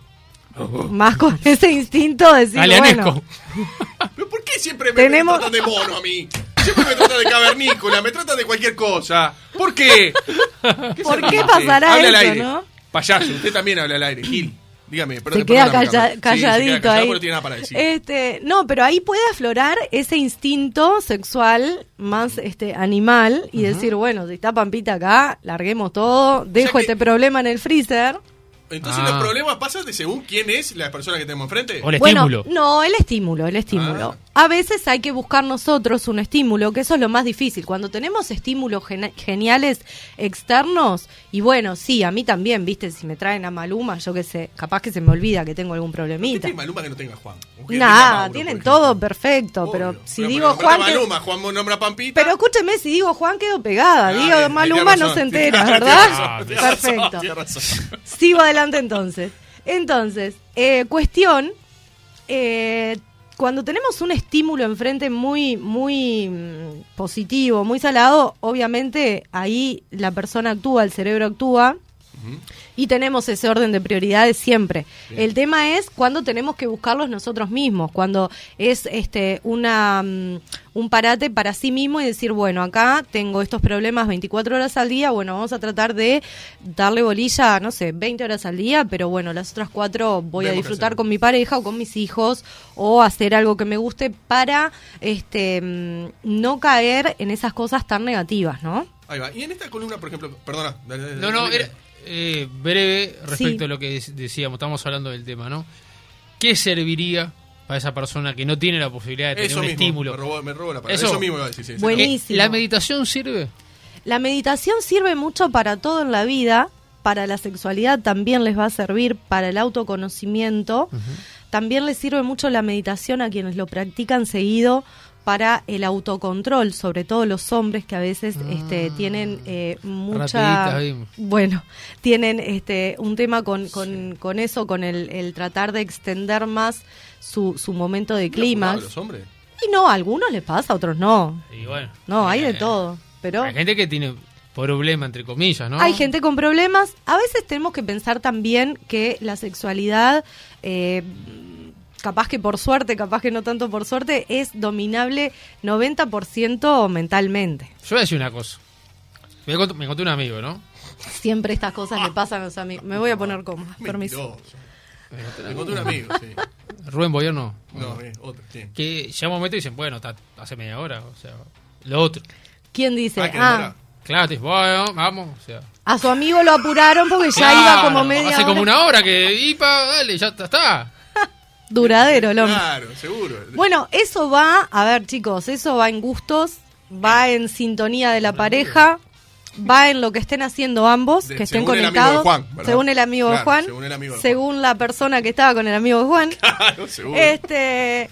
Speaker 4: Oh.
Speaker 5: Más con ese instinto de decir,
Speaker 4: Galeanesco.
Speaker 5: bueno,
Speaker 3: ¿Pero por qué siempre me,
Speaker 5: Tenemos-
Speaker 3: me tratan de mono a mí? Siempre me tratan de cavernícola, me tratan de cualquier cosa. ¿Por
Speaker 5: [LAUGHS]
Speaker 3: qué?
Speaker 5: ¿Por
Speaker 3: se
Speaker 5: qué
Speaker 3: ríe?
Speaker 5: pasará
Speaker 3: Habla al
Speaker 5: eso,
Speaker 3: aire.
Speaker 5: no?
Speaker 3: Payaso, usted también habla al aire, Gil. Dígame, pero
Speaker 5: se queda calla-
Speaker 3: calladito
Speaker 5: calladito ahí.
Speaker 3: No tiene nada para decir.
Speaker 5: Este, no, pero ahí puede aflorar ese instinto sexual más este animal y decir, bueno, si está Pampita acá, larguemos todo, dejo
Speaker 3: que-
Speaker 5: este problema en el freezer.
Speaker 3: Entonces
Speaker 4: Ah.
Speaker 3: los problemas pasan de según quién es la persona que tenemos enfrente.
Speaker 4: O el
Speaker 5: Bueno,
Speaker 4: estímulo.
Speaker 5: no, el estímulo, el estímulo.
Speaker 3: Ah.
Speaker 5: A veces hay que buscar nosotros un estímulo, que eso es lo más difícil. Cuando tenemos estímulos gena- geniales externos, y bueno, sí, a mí también, viste, si me traen a Maluma, yo qué sé, capaz que se me olvida que tengo algún
Speaker 3: ¿Qué
Speaker 5: problemita.
Speaker 3: tiene Maluma que no tenga Juan? ¿O que tenga
Speaker 5: Nada,
Speaker 3: Mauro,
Speaker 5: tienen
Speaker 3: por ejemplo?
Speaker 5: todo perfecto,
Speaker 3: Obvio.
Speaker 5: pero si
Speaker 3: Bueno, pero
Speaker 5: digo
Speaker 3: nombrate
Speaker 5: Juan... que-
Speaker 3: Maluma, Juan nombra a Pampita.
Speaker 5: Pero escúcheme, si digo Juan quedo pegada,
Speaker 3: Ah, bien,
Speaker 5: digo
Speaker 3: tenía
Speaker 5: Maluma no
Speaker 3: razón, [LAUGHS]
Speaker 5: se entera,
Speaker 3: tenía
Speaker 5: ¿verdad?
Speaker 3: razón, tenía Ah, razón,
Speaker 5: [LAUGHS] Perfecto.
Speaker 3: tenía razón.
Speaker 5: Sigo adelante entonces. Entonces, eh, cuestión, eh, cuando tenemos un estímulo enfrente muy, muy mm, positivo, muy salado, obviamente ahí la persona actúa, el cerebro actúa. Y tenemos ese orden de prioridades siempre. El tema es cuando tenemos que buscarlos nosotros mismos, cuando es este una mm, un parate para sí mismo y decir, bueno, acá tengo estos problemas 24 horas al día, bueno, vamos a tratar de darle bolilla, no sé, 20 horas al día, pero bueno, las otras cuatro voy a
Speaker 3: Vemos qué
Speaker 5: disfrutar
Speaker 3: hacemos.
Speaker 5: con mi pareja o con mis hijos o hacer algo que me guste para este mm, no caer en esas cosas tan negativas, ¿no?
Speaker 3: Ahí va. Y en esta columna, por ejemplo, perdona. dale, dale,
Speaker 4: No,
Speaker 3: dale,
Speaker 4: no,
Speaker 3: dale.
Speaker 4: era eh, breve respecto
Speaker 5: Sí.
Speaker 4: a lo que dec- decíamos, estamos hablando del tema, ¿no? ¿Qué serviría para esa persona que no tiene la posibilidad de tener
Speaker 3: Eso
Speaker 4: un
Speaker 3: mismo.
Speaker 4: estímulo.
Speaker 3: Me robó, me robó la palabra.
Speaker 4: Eso-
Speaker 3: Eso, mismo iba a decir. sí, sí.
Speaker 5: Bueno.
Speaker 4: Eh,
Speaker 5: Buenísimo.
Speaker 4: ¿La meditación sirve?
Speaker 5: La meditación sirve mucho para todo en la vida, para la sexualidad también les va a servir, para el autoconocimiento. También les sirve mucho la meditación a quienes lo practican seguido para el autocontrol, sobre todo los hombres que a veces
Speaker 3: Ah.
Speaker 5: este, tienen eh, mucha...
Speaker 4: Rapiditas vimos.
Speaker 5: Bueno, tienen este, un tema con, con, con eso, con el, el tratar de extender más su, su momento de
Speaker 3: Cuidado,
Speaker 5: clímax.
Speaker 3: los hombres.
Speaker 5: Y no, a algunos les pasa, a otros no.
Speaker 4: Y bueno.
Speaker 5: No, hay de
Speaker 4: eh,
Speaker 5: todo. Pero
Speaker 4: Hay gente que tiene problema, entre comillas, ¿no?
Speaker 5: hay gente con problemas. A veces tenemos que pensar también que la sexualidad, eh, capaz que por suerte, capaz que no tanto por suerte, es dominable 90% mentalmente.
Speaker 4: Yo voy a decir una cosa. Me contó, me contó un amigo, ¿no?
Speaker 5: Siempre estas cosas le pasan a los amigos. Me voy a poner cómoda, Ah,
Speaker 4: Ah,
Speaker 5: permiso.
Speaker 3: Mentiroso. Me contó un amigo, sí.
Speaker 4: Rubén Boyer no.
Speaker 3: No, eh, otro. sí.
Speaker 4: Que llega un momento y dicen, bueno, está hace media hora, o sea, lo otro.
Speaker 5: ¿Quién dice?
Speaker 3: Ah, que
Speaker 5: Ah,
Speaker 3: demora.
Speaker 4: Claro, te dicen, bueno, vamos, o sea.
Speaker 5: a su amigo lo apuraron porque ya
Speaker 4: claro,
Speaker 5: iba como media
Speaker 4: Hace
Speaker 5: hora.
Speaker 4: como una hora que, ipa, dale, ya está. está.
Speaker 5: Duradero el hombre.
Speaker 3: Claro, seguro.
Speaker 5: Bueno, eso va, a ver chicos, eso va en gustos, va en sintonía de la pareja, va en lo que estén haciendo ambos,
Speaker 3: De-
Speaker 5: que estén
Speaker 3: según el
Speaker 5: conectados,
Speaker 3: amigo de Juan, ¿verdad?
Speaker 5: según el amigo de
Speaker 3: Claro,
Speaker 5: Juan,
Speaker 3: según el amigo de
Speaker 5: según la persona que estaba con el amigo de Juan.
Speaker 3: [LAUGHS] Claro, seguro.
Speaker 5: Este,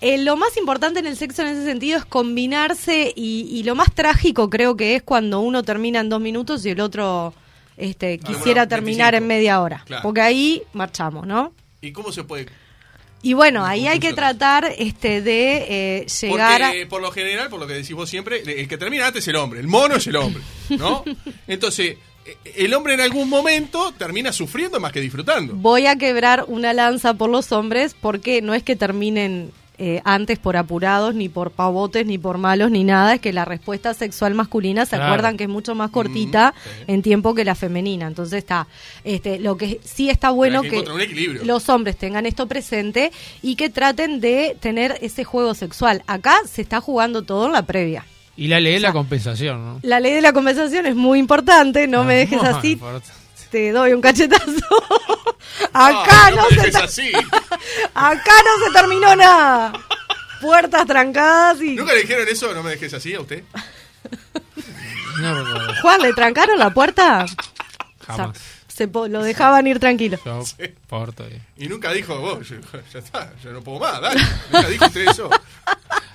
Speaker 5: eh, lo más importante en el sexo en ese sentido es combinarse y, y lo más trágico creo que es cuando uno termina en dos minutos y el otro este,
Speaker 3: Ah,
Speaker 5: quisiera
Speaker 3: bueno,
Speaker 5: terminar
Speaker 3: 25.
Speaker 5: en media hora,
Speaker 3: Claro.
Speaker 5: porque ahí marchamos, ¿no?
Speaker 3: ¿Y cómo se puede?
Speaker 5: Y bueno, ahí hay que
Speaker 3: funciona
Speaker 5: tratar este de eh, llegar a...
Speaker 3: Porque eh, por lo general, por lo que decís vos siempre, el- el que termina antes es el hombre, el mono es el hombre,
Speaker 5: [LAUGHS]
Speaker 3: ¿no? Entonces, eh, el hombre en algún momento termina sufriendo más que disfrutando.
Speaker 5: Voy a quebrar una lanza por los hombres porque no es que terminen eh, antes por apurados, ni por pavotes, ni por malos, ni nada. Es que la respuesta sexual masculina, se
Speaker 4: Claro.
Speaker 5: acuerdan que es mucho
Speaker 3: Mm,
Speaker 5: más cortita en tiempo que la femenina. Entonces está, este, lo que sí está bueno
Speaker 3: que
Speaker 5: que,
Speaker 3: encontrar un equilibrio.
Speaker 5: los hombres tengan esto presente y que traten de tener ese juego sexual. Acá se está jugando todo en la previa.
Speaker 4: Y la ley es la compensación, ¿no?
Speaker 5: La ley de la conversación es muy importante, no
Speaker 3: Ah,
Speaker 5: me dejes
Speaker 4: no,
Speaker 5: así,
Speaker 4: por-
Speaker 5: te doy
Speaker 3: [LAUGHS]
Speaker 5: un cachetazo. acá
Speaker 3: Ah,
Speaker 5: no,
Speaker 3: me
Speaker 5: se
Speaker 3: dejes
Speaker 5: ter-
Speaker 3: así.
Speaker 5: [LAUGHS] acá no se terminó nada. Puertas trancadas y
Speaker 3: ¿Nunca le dijeron eso? No me dejes así a usted.
Speaker 4: No recuerdo,
Speaker 5: Juan le trancaron la puerta. O sea,
Speaker 4: jamás.
Speaker 5: se po- lo dejaban ir tranquilo.
Speaker 4: Yo porto. eh.
Speaker 3: Y nunca dijo, vos, yo- ya está, yo no puedo más, dale. Nunca dijo usted eso.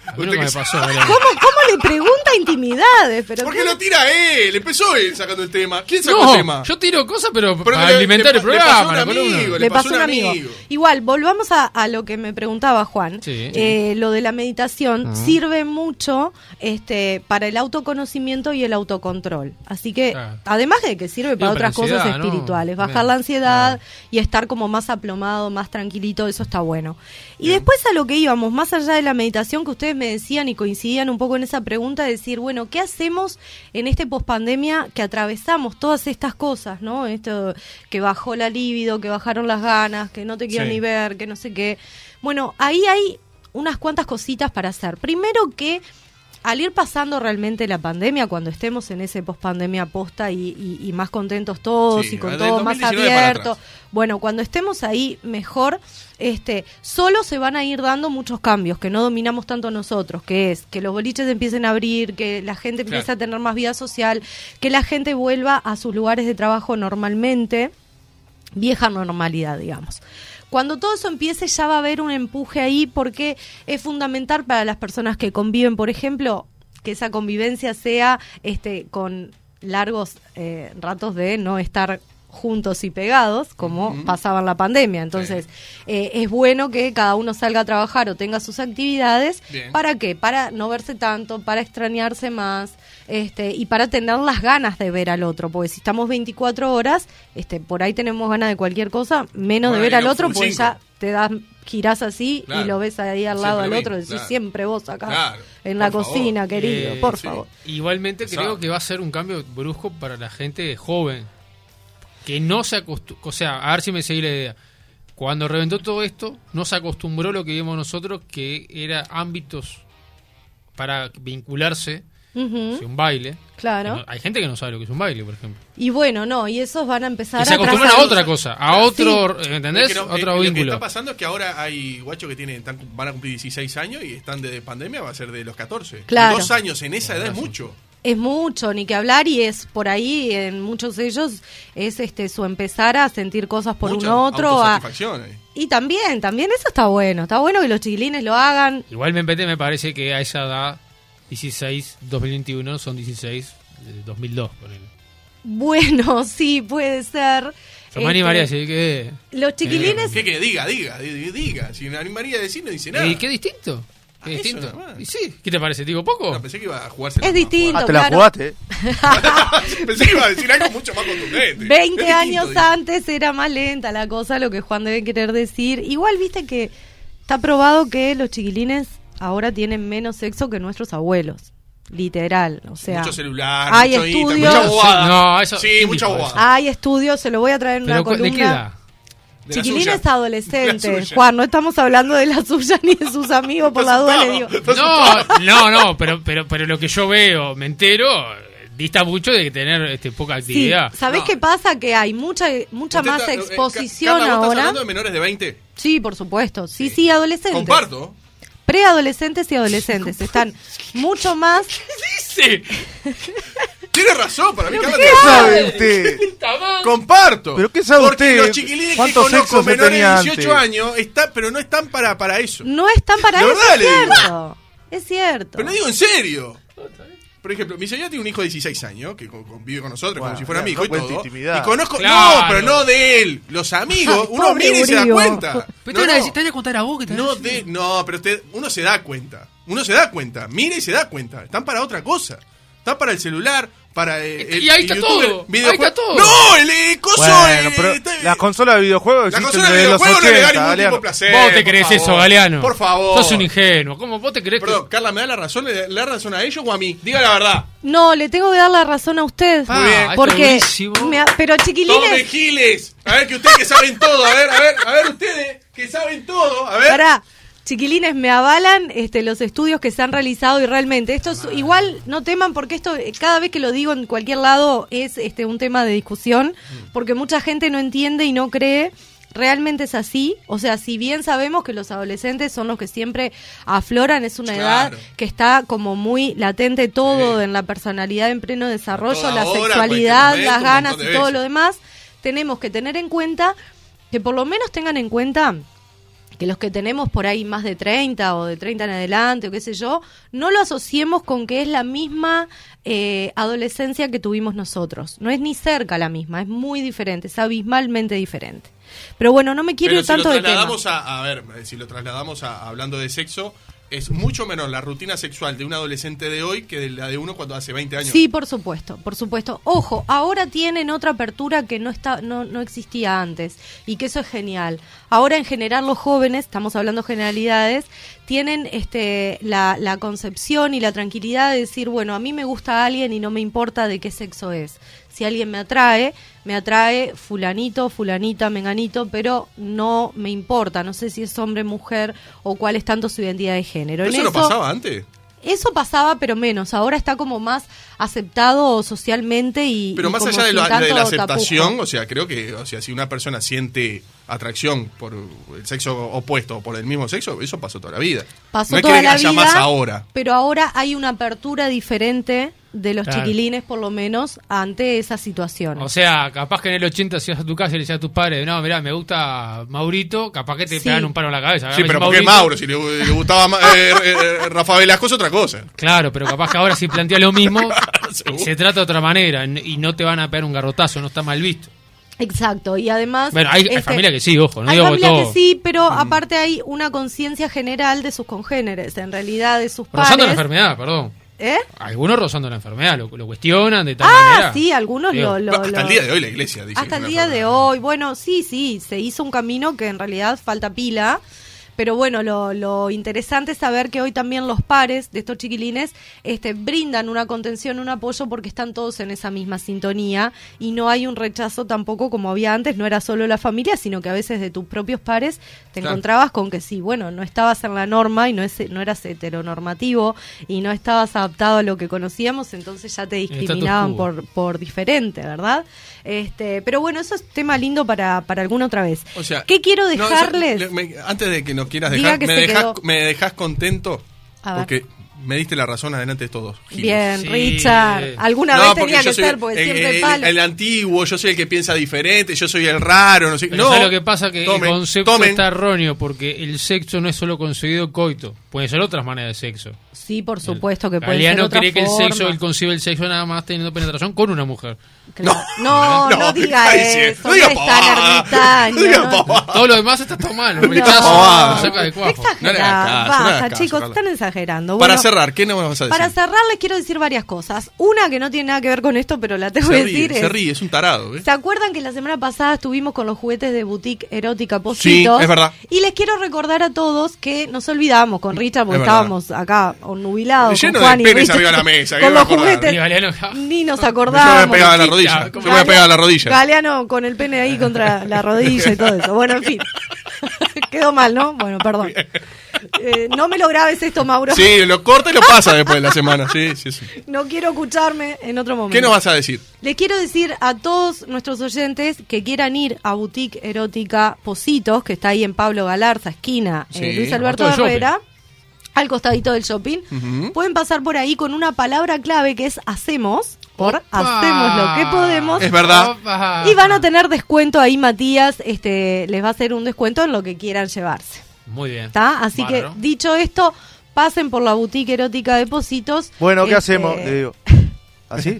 Speaker 4: A
Speaker 3: Usted
Speaker 4: mí nunca
Speaker 3: que
Speaker 4: me
Speaker 3: sa-
Speaker 4: pasó, boludo.
Speaker 5: ¿Cómo, cómo le pregunta intimidades? Pero
Speaker 3: ¿Por
Speaker 5: qué-
Speaker 3: qué lo tira él? Empezó él sacando el tema. ¿Quién sacó el tema?
Speaker 4: No, yo tiro cosas, pero, para
Speaker 3: le- le-
Speaker 4: alimentar el
Speaker 3: le
Speaker 4: programa,
Speaker 3: pasó
Speaker 4: la
Speaker 3: un amigo,
Speaker 4: columna.
Speaker 3: le- pasó un amigo.
Speaker 5: Igual, volvamos a, a lo que me preguntaba Juan.
Speaker 4: Sí.
Speaker 5: Eh, lo de la meditación sirve mucho este, para el autoconocimiento y el autocontrol. Así que,
Speaker 4: Claro.
Speaker 5: además de que sirve para
Speaker 4: para
Speaker 5: otras
Speaker 4: la ansiedad,
Speaker 5: cosas
Speaker 4: ¿no?
Speaker 5: espirituales, bajar
Speaker 4: Bien.
Speaker 5: la ansiedad y estar como más aplomado, más tranquilito, eso está bueno. Y después a lo que íbamos, más allá de la meditación que ustedes me decían y coincidían un poco en esa pregunta, decir, bueno, ¿qué hacemos en este pospandemia que atravesamos todas estas cosas, ¿no? Esto que bajó la libido, que bajaron las ganas, que no te quiero
Speaker 4: Sí.
Speaker 5: ni ver, que no sé qué. Bueno, ahí hay unas cuantas cositas para hacer. Primero que al ir pasando realmente la pandemia, cuando estemos en ese pospandemia posta y, y- y más contentos todos
Speaker 3: Sí,
Speaker 5: y con
Speaker 3: del
Speaker 5: todo más
Speaker 3: 2019 para
Speaker 5: abierto,
Speaker 3: atrás.
Speaker 5: bueno, cuando estemos ahí mejor, este, solo se van a ir dando muchos cambios que no dominamos tanto nosotros, que es que los boliches empiecen a abrir, que la gente empiece
Speaker 3: Claro.
Speaker 5: a tener más vida social, que la gente vuelva a sus lugares de trabajo normalmente vieja normalidad, digamos. Cuando todo eso empiece ya va a haber un empuje ahí porque es fundamental para las personas que conviven, por ejemplo, que esa convivencia sea este con largos eh, ratos de no estar juntos y pegados como pasaba en la pandemia. Entonces, eh, es bueno que cada uno salga a trabajar o tenga sus actividades
Speaker 3: Bien.
Speaker 5: para qué? Para no verse tanto, para extrañarse más, este, y para tener las ganas de ver al otro, porque si estamos 24 horas, este, por ahí tenemos ganas de cualquier cosa, menos de
Speaker 3: Bueno,
Speaker 5: ver
Speaker 3: y
Speaker 5: al
Speaker 3: no
Speaker 5: otro,
Speaker 3: full
Speaker 5: porque
Speaker 3: cinco.
Speaker 5: ya te das girás así y
Speaker 3: Claro.
Speaker 5: lo ves ahí al
Speaker 3: Siempre
Speaker 5: lado
Speaker 3: lo
Speaker 5: del
Speaker 3: mismo,
Speaker 5: otro, decís
Speaker 3: claro.
Speaker 5: siempre vos acá
Speaker 3: Claro,
Speaker 5: en la
Speaker 3: por favor.
Speaker 5: cocina, querido,
Speaker 4: Eh,
Speaker 5: por
Speaker 3: sí.
Speaker 5: favor.
Speaker 4: Igualmente creo
Speaker 3: Exacto.
Speaker 4: que va a ser un cambio brusco para la gente joven. Que no se acostumbró. O sea, a ver si me seguí la idea. Cuando reventó todo esto, no se acostumbró lo que vimos nosotros, que era ámbitos para vincularse
Speaker 5: Ujú.
Speaker 4: si un baile.
Speaker 5: ¿Mm? Claro.
Speaker 4: No- hay gente que no sabe lo que es un baile, por ejemplo.
Speaker 5: Y bueno, no, y esos van a empezar
Speaker 4: Que se
Speaker 5: a
Speaker 4: acostumbran a
Speaker 5: trazar-
Speaker 4: otra cosa, a otro, ¿entendés?
Speaker 3: Es que no, eh,
Speaker 4: otro
Speaker 3: lo que
Speaker 4: vínculo.
Speaker 3: está pasando es que ahora hay guachos que tienen tan- van a cumplir 16 años y están de pandemia, va a ser de los 14.
Speaker 5: Claro.
Speaker 3: Dos años en esa edad es mucho.
Speaker 5: Es mucho, ni que hablar, y es por ahí, en muchos de ellos, es este su empezar a sentir cosas por
Speaker 3: Mucha
Speaker 5: un otro. a-
Speaker 3: autosatisfacción ahí.
Speaker 5: Y también, también eso está bueno. Está bueno que los chiquilines lo hagan. [LAUGHS]
Speaker 4: Igual me me parece que a esa edad, 16, 2021, son 16, eh, 2002, ponele.
Speaker 5: Bueno, sí, puede ser. Este,
Speaker 4: Yo me animaría a decir que...
Speaker 5: Los
Speaker 4: Eh,
Speaker 5: chiquilines,
Speaker 3: ¿Qué que diga, diga, di- diga? Si me animaría a decir, no dice nada.
Speaker 4: ¿Y qué distinto?
Speaker 3: Ah,
Speaker 4: ¿Qué
Speaker 3: eso
Speaker 4: distinto?
Speaker 3: nada más.
Speaker 4: Y sí, ¿qué te parece? ¿Digo poco?
Speaker 3: No, pensé que iba a jugarse.
Speaker 5: Es distinto.
Speaker 2: Ah, te la
Speaker 5: claro. [LAUGHS]
Speaker 2: jugaste. eh.
Speaker 3: [LAUGHS] pensé que iba a decir algo mucho más
Speaker 5: [LAUGHS]
Speaker 3: contundente.
Speaker 5: 20
Speaker 3: Es
Speaker 5: años
Speaker 3: distinto,
Speaker 5: antes era más lenta la cosa, lo que Juan debe querer decir. Igual, viste que está probado que los chiquilines ahora tienen menos sexo que nuestros abuelos. Literal, o sea.
Speaker 3: mucho celular,
Speaker 5: hay
Speaker 3: mucho Instagram,
Speaker 5: estudios- Ah,
Speaker 3: mucha bobada.
Speaker 4: No, eso-
Speaker 3: sí,
Speaker 4: ¿quién
Speaker 3: mucha
Speaker 4: dijo
Speaker 3: bobada.
Speaker 5: Hay estudios, se lo voy a traer en una
Speaker 4: ¿Pero cu-
Speaker 5: columna.
Speaker 4: de qué edad?
Speaker 3: [LAUGHS] De la suya.
Speaker 5: Chiquilines
Speaker 3: De la
Speaker 5: adolescentes.
Speaker 3: suya.
Speaker 5: Juan, no estamos hablando de la suya ni de sus amigos, por la duda le digo.
Speaker 3: Estás
Speaker 4: No, no, no, pero, pero, pero lo que yo veo, me entero, eh, dista mucho de tener este, poca
Speaker 5: Sí,
Speaker 4: actividad.
Speaker 5: ¿sabés
Speaker 3: No.
Speaker 5: qué pasa? Que hay mucha mucha
Speaker 3: Usted
Speaker 5: más
Speaker 3: está- eh,
Speaker 5: exposición
Speaker 3: Carla, ¿vos estás
Speaker 5: ahora.
Speaker 3: hablando de menores de 20?
Speaker 5: Sí, por supuesto. Sí, sí, adolescentes. [LAUGHS]
Speaker 3: Comparto.
Speaker 5: Preadolescentes y adolescentes están mucho más.
Speaker 4: Sí,
Speaker 3: Tiene razón, para mí Carla
Speaker 2: ¿Qué
Speaker 3: tiene razón.
Speaker 2: sabe usted?
Speaker 3: Comparto.
Speaker 2: ¿Pero qué sabe
Speaker 3: Porque
Speaker 2: usted?
Speaker 3: los chiquilines que
Speaker 2: ¿Cuántos
Speaker 3: conozco
Speaker 2: sexos se
Speaker 3: menores
Speaker 2: tenía
Speaker 3: de 18
Speaker 2: antes?
Speaker 3: años, está, pero no están para, para eso.
Speaker 5: No están para
Speaker 3: La
Speaker 5: eso.
Speaker 3: verdad
Speaker 5: Es
Speaker 3: le digo.
Speaker 5: cierto. Es cierto.
Speaker 3: Pero lo digo en serio. Por ejemplo, mi señora tiene un hijo de 16 años que co- convive con nosotros
Speaker 2: Bueno,
Speaker 3: como si fuera
Speaker 2: ya,
Speaker 3: mi hijo
Speaker 2: no
Speaker 3: y
Speaker 2: cuenta
Speaker 3: todo.
Speaker 2: intimidad.
Speaker 3: Y conozco.
Speaker 4: Claro.
Speaker 3: No, pero no de él. Los amigos.
Speaker 5: Ay,
Speaker 3: uno
Speaker 5: pobre
Speaker 3: mira y se da
Speaker 5: Uribe.
Speaker 3: cuenta.
Speaker 4: te
Speaker 3: No,
Speaker 4: van a
Speaker 3: no.
Speaker 4: decir- te van a contar a vos que te
Speaker 3: No,
Speaker 4: van a
Speaker 3: de,
Speaker 4: decir.
Speaker 3: no, pero usted, uno se da cuenta. Uno se da cuenta. Mira y se da cuenta. Están para otra cosa. Están para el celular, para eh,
Speaker 4: Y
Speaker 3: el,
Speaker 4: ahí
Speaker 3: el
Speaker 4: está
Speaker 3: youtuber,
Speaker 4: todo.
Speaker 3: videojue-
Speaker 4: Ahí está todo.
Speaker 3: No, el eh, coso.
Speaker 2: Bueno,
Speaker 3: eh,
Speaker 2: pero
Speaker 3: está-
Speaker 2: las consolas de videojuegos
Speaker 3: la
Speaker 2: existen
Speaker 3: consola de
Speaker 2: desde los
Speaker 3: videojuegos no le da
Speaker 2: 80.
Speaker 3: ningún tipo
Speaker 2: Galeano.
Speaker 3: de placer.
Speaker 4: vos te
Speaker 3: Eh, por
Speaker 4: crees eso,
Speaker 3: favor.
Speaker 4: Galeano.
Speaker 3: Por favor.
Speaker 4: Sos un ingenuo. ¿Cómo vos te crees
Speaker 3: Perdón, Carla, ¿me da la razón? ¿Le le da razón a ellos o a mí? Diga la verdad.
Speaker 5: No, le tengo que dar la razón a usted.
Speaker 4: Ah, Muy bien. está
Speaker 5: Porque.
Speaker 4: buenísimo.
Speaker 5: me ha- pero
Speaker 3: Tome
Speaker 5: chiquilines.
Speaker 3: giles. A ver, que ustedes que saben todo. A ver, a ver, a ver ustedes que saben todo. A ver.
Speaker 5: Pará. Chiquilines, me avalan este, los estudios que se han realizado y realmente esto
Speaker 3: Ah.
Speaker 5: es igual, no teman porque esto eh, cada vez que lo digo en cualquier lado es este, un tema de discusión
Speaker 3: Mm.
Speaker 5: porque mucha gente no entiende y no cree realmente es así, o sea, si bien sabemos que los adolescentes son los que siempre afloran, es una
Speaker 3: Claro.
Speaker 5: edad que está como muy latente todo
Speaker 3: Sí.
Speaker 5: en la personalidad en pleno desarrollo,
Speaker 3: toda
Speaker 5: la
Speaker 3: hora, cualquier
Speaker 5: sexualidad,
Speaker 3: momento,
Speaker 5: las
Speaker 3: un
Speaker 5: ganas
Speaker 3: montón
Speaker 5: y
Speaker 3: de
Speaker 5: todo
Speaker 3: veces.
Speaker 5: lo demás, tenemos que tener en cuenta que por lo menos tengan en cuenta que los que tenemos por ahí más de 30 o de 30 en adelante o qué sé yo, no lo asociemos con que es la misma eh, adolescencia que tuvimos nosotros. No es ni cerca la misma, es muy diferente, es abismalmente diferente. Pero bueno, no me quiero
Speaker 3: Pero
Speaker 5: ir tanto
Speaker 3: si lo
Speaker 5: de tema.
Speaker 3: trasladamos A, a ver, eh, si lo trasladamos a hablando de sexo, es mucho menos la rutina sexual de un adolescente de hoy que de la de uno cuando hace 20 años.
Speaker 5: Sí, por supuesto, por supuesto. Ojo, ahora tienen otra apertura que no está, no, no existía antes y que eso es genial. Ahora en general los jóvenes, estamos hablando generalidades, tienen este la, la concepción y la tranquilidad de decir, bueno, a mí me gusta alguien y no me importa de qué sexo es. Si alguien me atrae, me atrae fulanito, fulanita, menganito, pero no me importa, no sé si es hombre, mujer o cuál es tanto su identidad de género.
Speaker 3: ¿Pero
Speaker 5: En
Speaker 3: eso no
Speaker 5: eso-
Speaker 3: pasaba antes.
Speaker 5: eso pasaba, pero menos. Ahora está como más aceptado socialmente y.
Speaker 3: Pero
Speaker 5: y
Speaker 3: más
Speaker 5: como
Speaker 3: allá de,
Speaker 5: sin
Speaker 3: la- de
Speaker 5: tanto
Speaker 3: la aceptación,
Speaker 5: tapujo.
Speaker 3: o sea, creo que o sea, si una persona siente atracción por el sexo opuesto o por el mismo sexo, eso pasó toda la vida.
Speaker 5: Pasó
Speaker 3: no es
Speaker 5: toda
Speaker 3: que
Speaker 5: la
Speaker 3: haya
Speaker 5: vida,
Speaker 3: más ahora.
Speaker 5: Pero ahora hay una apertura diferente de los
Speaker 4: Claro.
Speaker 5: chiquilines, por lo menos, ante esa situación.
Speaker 4: O sea, capaz que en el 80 si vas a tu casa y le decías a tus padres, no, mirá, me gusta Maurito, capaz que te
Speaker 5: Sí.
Speaker 4: pegan un palo en la cabeza.
Speaker 3: Sí,
Speaker 4: Agarrame
Speaker 3: pero
Speaker 4: ese
Speaker 3: ¿por qué
Speaker 4: Maurito.
Speaker 3: Mauro? Si le, le gustaba ma- eh, eh, eh, Rafa Velasco es otra [LAUGHS] cosa.
Speaker 4: Claro, pero capaz que ahora si plantea lo mismo,
Speaker 3: [LAUGHS] Seguro.
Speaker 4: se trata de otra manera n- y no te van a pegar un garrotazo, no está mal visto.
Speaker 5: Exacto. Y además.
Speaker 4: Bueno, hay, hay
Speaker 5: este,
Speaker 4: familias que sí, ojo, no
Speaker 5: hay
Speaker 4: digo
Speaker 5: familias
Speaker 4: todo. Mm.
Speaker 5: que sí, pero aparte hay una conciencia general de sus congéneres, en realidad de sus
Speaker 4: Rozando la
Speaker 5: padres.
Speaker 4: enfermedad, perdón.
Speaker 5: ¿Eh?
Speaker 4: Algunos rozando la enfermedad, lo, lo cuestionan de tal manera.
Speaker 5: Ah, sí, algunos
Speaker 4: Digo,
Speaker 5: lo, lo-
Speaker 3: Hasta el
Speaker 5: lo-
Speaker 3: día de hoy la iglesia dice. que
Speaker 5: Hasta el
Speaker 3: es una
Speaker 5: día de
Speaker 3: enfermedad.
Speaker 5: hoy, bueno, sí, sí, se hizo un camino que en realidad falta pila, Pero bueno, lo, lo interesante es saber que hoy también los pares de estos chiquilines este, brindan una contención, un apoyo, porque están todos en esa misma sintonía y no hay un rechazo tampoco como había antes, no era solo la familia, sino que a veces de tus propios pares te
Speaker 3: Claro.
Speaker 5: encontrabas con que sí, bueno, no estabas en la norma y no, es, no eras heteronormativo y no estabas adaptado a lo que conocíamos, entonces ya te
Speaker 4: status
Speaker 5: discriminaban
Speaker 4: quo.
Speaker 5: por, por diferente, ¿verdad? Este, pero bueno, eso es tema lindo para, para alguna otra vez.
Speaker 3: O sea,
Speaker 5: ¿Qué quiero
Speaker 3: no, eso-
Speaker 5: dejarles?
Speaker 3: le- me- antes de que nos quieras
Speaker 5: Diga
Speaker 3: dejar,
Speaker 5: que
Speaker 3: me
Speaker 5: se
Speaker 3: dejas,
Speaker 5: quedó.
Speaker 3: me dejas contento
Speaker 5: A ver.
Speaker 3: porque me diste la razón adelante de estos dos. giles.
Speaker 5: Bien,
Speaker 4: Sí.
Speaker 5: Richard. Alguna
Speaker 3: No,
Speaker 5: vez
Speaker 3: porque
Speaker 5: tenía
Speaker 3: yo
Speaker 5: que
Speaker 3: soy
Speaker 5: ser, porque
Speaker 3: el,
Speaker 5: siempre
Speaker 3: el-
Speaker 5: palo.
Speaker 3: el antiguo, yo soy el que piensa diferente, yo soy el raro, no sé.
Speaker 4: Pero
Speaker 3: no,
Speaker 4: ¿sabes lo que pasa? Que
Speaker 3: tomen,
Speaker 4: el concepto
Speaker 3: tomen.
Speaker 4: está erróneo porque el sexo no es solo conseguido coito. Pueden ser otras maneras de sexo.
Speaker 5: sí, por supuesto que puede
Speaker 4: Galeano
Speaker 5: ser otra
Speaker 4: cree que el
Speaker 5: forma.
Speaker 4: sexo, él concibe el sexo nada más teniendo penetración con una mujer.
Speaker 5: Claro. No, no,
Speaker 3: No, ¿qué
Speaker 5: diga
Speaker 3: está diciendo?
Speaker 5: eso.
Speaker 3: No diga
Speaker 5: no es tan
Speaker 3: pavada.
Speaker 5: ermitaño,
Speaker 3: No diga
Speaker 5: no-
Speaker 3: pavada.
Speaker 4: Todo lo demás está todo
Speaker 5: [LAUGHS]
Speaker 4: mal.
Speaker 5: no.
Speaker 4: El rechazo,
Speaker 3: pavada.
Speaker 4: lo saca de cuajo.
Speaker 5: Exagerá,
Speaker 3: No le hagas caso, no le
Speaker 5: basta,
Speaker 3: hagas caso,
Speaker 5: chicos,
Speaker 3: Carla.
Speaker 5: están exagerando.
Speaker 3: Para
Speaker 5: Bueno,
Speaker 3: cerrar, ¿qué nos vas a decir?
Speaker 5: Para cerrar les quiero decir varias cosas. Una que no tiene nada que ver con esto, pero la tengo
Speaker 3: se
Speaker 5: que
Speaker 3: ríe,
Speaker 5: decir.
Speaker 3: se
Speaker 5: es-
Speaker 3: ríe, es un tarado. ¿eh?
Speaker 5: ¿Se acuerdan que la semana pasada estuvimos con los juguetes de boutique erótica
Speaker 3: Sí,
Speaker 5: Positos?
Speaker 3: es verdad.
Speaker 5: Y les quiero recordar a todos que nos olvidamos con Richard porque
Speaker 3: Es verdad.
Speaker 5: estábamos acá onnubilados
Speaker 3: Lleno
Speaker 5: con
Speaker 3: de
Speaker 5: Juan y
Speaker 3: penes
Speaker 5: Richard,
Speaker 3: arriba de la mesa, ¿qué
Speaker 5: con
Speaker 3: me
Speaker 5: los
Speaker 3: acordaba?
Speaker 5: juguetes.
Speaker 4: Y ah, Galeano, ja.
Speaker 5: Ni nos
Speaker 3: Yo me voy a
Speaker 5: acordábamos.
Speaker 3: pegar a la
Speaker 5: chica.
Speaker 3: rodilla. Yo me voy a
Speaker 5: Galeano-
Speaker 3: pegar a la rodilla.
Speaker 5: Galeano con el pene ahí
Speaker 3: [LAUGHS]
Speaker 5: contra la rodilla y todo eso. Bueno, en fin. Quedó mal, ¿no? Bueno, perdón. Eh, no me lo grabes esto, Mauro.
Speaker 3: Sí, lo corta y lo pasa después de la semana. Sí, sí, sí.
Speaker 5: No quiero escucharme en otro momento.
Speaker 3: ¿Qué nos vas a decir?
Speaker 5: Les quiero decir a todos nuestros oyentes que quieran ir a Boutique Erótica Positos, que está ahí en Pablo Galarza, esquina eh,
Speaker 3: Sí,
Speaker 5: Luis
Speaker 3: al
Speaker 5: Alberto
Speaker 4: costado del
Speaker 5: Herrera, al costadito del shopping. Pueden pasar por ahí con una palabra clave que es hacemos, por
Speaker 4: Opa.
Speaker 5: hacemos lo que podemos.
Speaker 3: Es verdad.
Speaker 4: Opa.
Speaker 5: Y van a tener descuento ahí, Matías, este, les va a hacer un descuento en lo que quieran llevarse.
Speaker 4: Muy bien.
Speaker 5: ¿tá? Así
Speaker 4: Bárbaro.
Speaker 5: que, dicho esto, pasen por la Boutique Erótica de Positos.
Speaker 2: Bueno, ¿qué
Speaker 5: Este,
Speaker 2: hacemos? Eh, Le digo.
Speaker 3: [LAUGHS]
Speaker 2: ¿Así?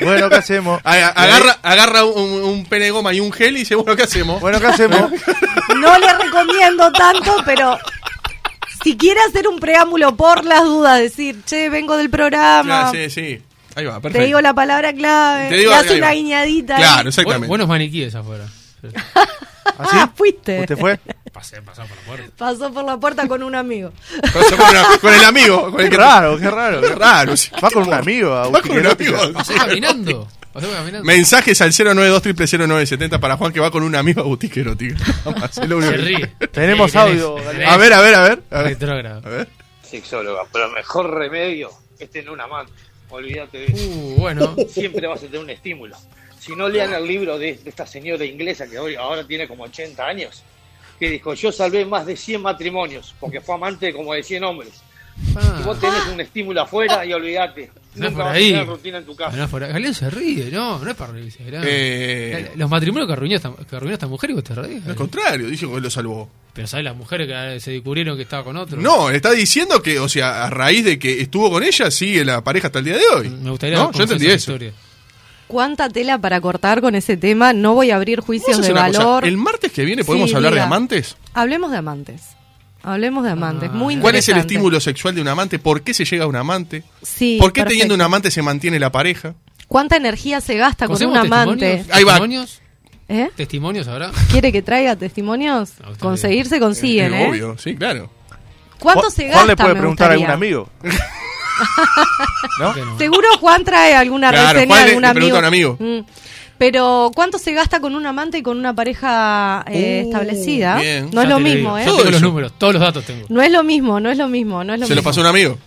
Speaker 2: Bueno, ¿qué hacemos?
Speaker 3: A- a- Agarra, agarra un, un pene de goma y un gel y dice, bueno, ¿qué hacemos?
Speaker 2: Bueno,
Speaker 3: [LAUGHS]
Speaker 2: ¿qué hacemos?
Speaker 5: No le recomiendo tanto, pero si quiere hacer un preámbulo por las dudas, decir, che, vengo del programa,
Speaker 3: Ya, sí, sí. Ahí va, perfecto.
Speaker 5: te digo la palabra clave,
Speaker 3: Te digo-
Speaker 5: le hace
Speaker 3: ahí
Speaker 5: una
Speaker 3: va.
Speaker 5: guiñadita. ahí.
Speaker 3: Claro,
Speaker 4: Bu-
Speaker 3: exactamente.
Speaker 4: Buenos maniquíes
Speaker 5: [LAUGHS]
Speaker 4: afuera.
Speaker 2: ¿Así?
Speaker 5: Ah, fuiste.
Speaker 2: ¿Usted fue?
Speaker 4: Pasé, pasá por la puerta.
Speaker 5: Pasó por la puerta con un amigo.
Speaker 3: Pasó con, una- con el amigo. Con el que-
Speaker 2: Qué raro, qué raro.
Speaker 3: Qué raro, sí.
Speaker 2: Va con un amigo. a
Speaker 3: Va con un
Speaker 2: Utiquerótica.
Speaker 3: amigo.
Speaker 4: Pasé caminando. Pasé caminando.
Speaker 3: Mensajes al 092 para Juan que va con un amigo a boutique erótica. Nada más, [LAUGHS] es lo único
Speaker 4: Se
Speaker 3: que-
Speaker 4: ríe.
Speaker 2: Tenemos
Speaker 4: Sí, tenés-
Speaker 2: audio,
Speaker 4: tenés-
Speaker 3: A ver, a ver, a ver. A ver.
Speaker 4: Retrógrado.
Speaker 3: A ver.
Speaker 6: sexóloga, pero el mejor remedio es tener una mano. Olvídate de eso.
Speaker 4: Uh,
Speaker 3: [LAUGHS]
Speaker 4: bueno.
Speaker 6: Siempre vas a tener un estímulo. Si no lean el libro de, de esta señora inglesa que hoy ahora tiene como 80 años, que dijo, yo salvé más de 100 matrimonios porque fue amante como de 100 hombres. Y vos
Speaker 4: Ah,
Speaker 6: tenés un estímulo afuera y olvídate.
Speaker 4: No es por
Speaker 6: Nunca vas
Speaker 4: ahí.
Speaker 6: a tener rutina en tu casa.
Speaker 4: no, fuera- Galeano se ríe, no, no es para reírse. Galeano.
Speaker 3: Eh,
Speaker 4: Los matrimonios que arruinó esta, que arruinó esta mujer y vos te reís.
Speaker 3: al
Speaker 4: Galeano.
Speaker 3: contrario, dice que lo salvó.
Speaker 4: Pero sabes las mujeres que se descubrieron que estaba con otro.
Speaker 3: No, está diciendo que, o sea, a raíz de que estuvo con ella, sigue la pareja hasta el día de hoy.
Speaker 4: Me gustaría
Speaker 3: No, yo
Speaker 4: conocer
Speaker 3: entendí
Speaker 4: esa
Speaker 3: eso.
Speaker 4: historia.
Speaker 5: ¿Cuánta tela para cortar con ese tema? No voy a abrir
Speaker 3: Vamos a
Speaker 5: juicios
Speaker 3: hacer
Speaker 5: de
Speaker 3: una cosa.
Speaker 5: valor.
Speaker 3: El martes que viene podemos
Speaker 5: Sí,
Speaker 3: hablar
Speaker 5: diga.
Speaker 3: de amantes.
Speaker 5: Hablemos de amantes. Hablemos de amantes.
Speaker 4: Ah.
Speaker 5: Muy
Speaker 3: ¿Cuál es el
Speaker 5: interesante.
Speaker 3: estímulo sexual de un amante? ¿Por qué se llega a un amante?
Speaker 5: Sí,
Speaker 3: ¿Por qué
Speaker 5: perfecto.
Speaker 3: teniendo un amante se mantiene la pareja?
Speaker 5: ¿Cuánta energía se gasta con un
Speaker 4: ¿Conocemos
Speaker 5: amante?
Speaker 4: testimonios?
Speaker 3: Ahí va.
Speaker 4: ¿Testimonios?
Speaker 5: ¿Eh?
Speaker 4: ¿Testimonios
Speaker 5: [LAUGHS]
Speaker 4: ahora?
Speaker 5: ¿Quiere que traiga testimonios?
Speaker 4: No, está
Speaker 5: Conseguir se consiguen,
Speaker 3: Eh,
Speaker 5: ¿eh?
Speaker 3: Obvio, sí, claro.
Speaker 5: ¿Cuánto
Speaker 2: Juan-
Speaker 5: se gasta?
Speaker 2: Juan le puede
Speaker 5: me
Speaker 2: preguntar a algún
Speaker 5: gustaría? [LAUGHS]
Speaker 2: amigo. ¿No?
Speaker 4: ¿Por qué no?
Speaker 5: Seguro Juan trae alguna
Speaker 3: Claro,
Speaker 5: reseña
Speaker 3: Juan
Speaker 5: de
Speaker 3: le-
Speaker 5: algún
Speaker 3: le
Speaker 5: amigo.
Speaker 3: pregunta a un
Speaker 5: Mm. Pero ¿cuánto se gasta con un amante y con una pareja eh,
Speaker 3: Uh,
Speaker 5: establecida?
Speaker 3: bien.
Speaker 5: No es
Speaker 4: Ya
Speaker 5: lo
Speaker 4: te digo,
Speaker 5: mismo, ¿eh?
Speaker 4: Yo
Speaker 3: Todo
Speaker 4: tengo los
Speaker 3: eso.
Speaker 4: números, todos los datos tengo.
Speaker 5: [LAUGHS] No es lo mismo, no es lo mismo, no es lo
Speaker 3: Se lo
Speaker 5: mismo.
Speaker 3: pasó un amigo.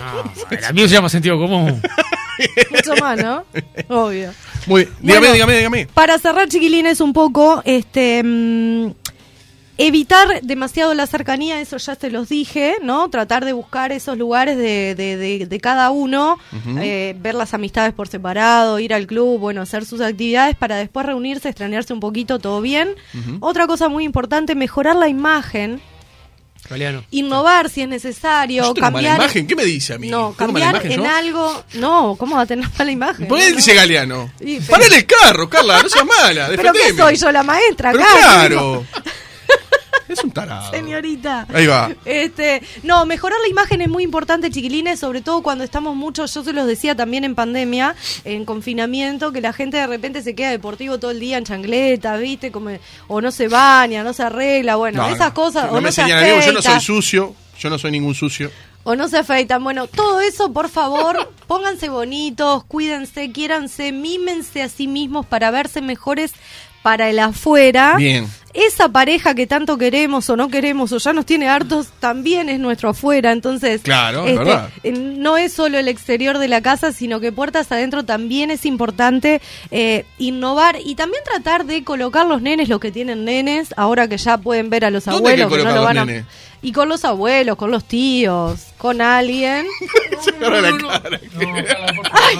Speaker 4: Ah, el amigo se llama sentido común.
Speaker 5: [LAUGHS] [LAUGHS] Mucho
Speaker 3: [LAUGHS]
Speaker 5: más, ¿no? Obvio.
Speaker 3: Muy bien. Dígame,
Speaker 5: Bueno.
Speaker 3: dígame, dígame.
Speaker 5: Para cerrar, chiquilines, un poco, este. mm, Evitar demasiado la cercanía, eso ya te los dije, ¿no? Tratar de buscar esos lugares de, de- de- de cada uno, eh, ver las amistades por separado, ir al club, bueno, hacer sus actividades para después reunirse, extrañarse un poquito, todo bien. Otra cosa muy importante, mejorar la imagen,
Speaker 4: Galeano.
Speaker 5: innovar si es necesario,
Speaker 3: Yo tengo
Speaker 5: cambiar.
Speaker 3: mala imagen. ¿Qué me dice a mí?
Speaker 5: No,
Speaker 3: ¿Tengo mala imagen
Speaker 5: cambiar en
Speaker 3: yo?
Speaker 5: algo. No, ¿cómo va a tener mala imagen?
Speaker 3: ¿Por qué
Speaker 5: No,
Speaker 3: dice Galeano?
Speaker 5: Sí, pero- [LAUGHS]
Speaker 3: Pará en el carro, Carla, no seas mala.
Speaker 5: ¿Pero qué
Speaker 3: defendeme.
Speaker 5: soy yo, la maestra?
Speaker 3: Pero
Speaker 5: acá?
Speaker 3: claro. [LAUGHS] Es un tarado.
Speaker 5: Señorita.
Speaker 3: Ahí va.
Speaker 5: Este, no, mejorar la imagen es muy importante, chiquilines, sobre todo cuando estamos muchos, yo se los decía también en pandemia, en confinamiento, que la gente de repente se queda deportivo todo el día en chancletas, ¿viste? Como, o no se baña, no se arregla, bueno, esas cosas,
Speaker 3: No
Speaker 5: o
Speaker 3: me
Speaker 5: no se
Speaker 3: señalan, digo, yo no soy
Speaker 5: afeita.
Speaker 3: sucio. Yo no soy ningún sucio.
Speaker 5: O no se afeitan. Bueno, todo eso, por favor,
Speaker 3: [LAUGHS]
Speaker 5: pónganse bonitos, cuídense, quiéranse, mímense a sí mismos para verse mejores para el afuera.
Speaker 3: Bien.
Speaker 5: Esa pareja que tanto queremos o no queremos o ya nos tiene hartos también es nuestro afuera. Entonces,
Speaker 3: Claro, es verdad.
Speaker 5: eh, no es solo el exterior de la casa, sino que puertas adentro también es importante eh, innovar y también tratar de colocar los nenes, los que tienen nenes, ahora que ya pueden ver a los
Speaker 3: ¿Dónde hay que
Speaker 5: abuelos. que
Speaker 3: colocar
Speaker 5: no lo
Speaker 3: los
Speaker 5: van a-
Speaker 3: nenes?
Speaker 5: Y con los abuelos, con los tíos,
Speaker 3: [LAUGHS]
Speaker 5: con alguien.
Speaker 3: Ahora la cara. Ah,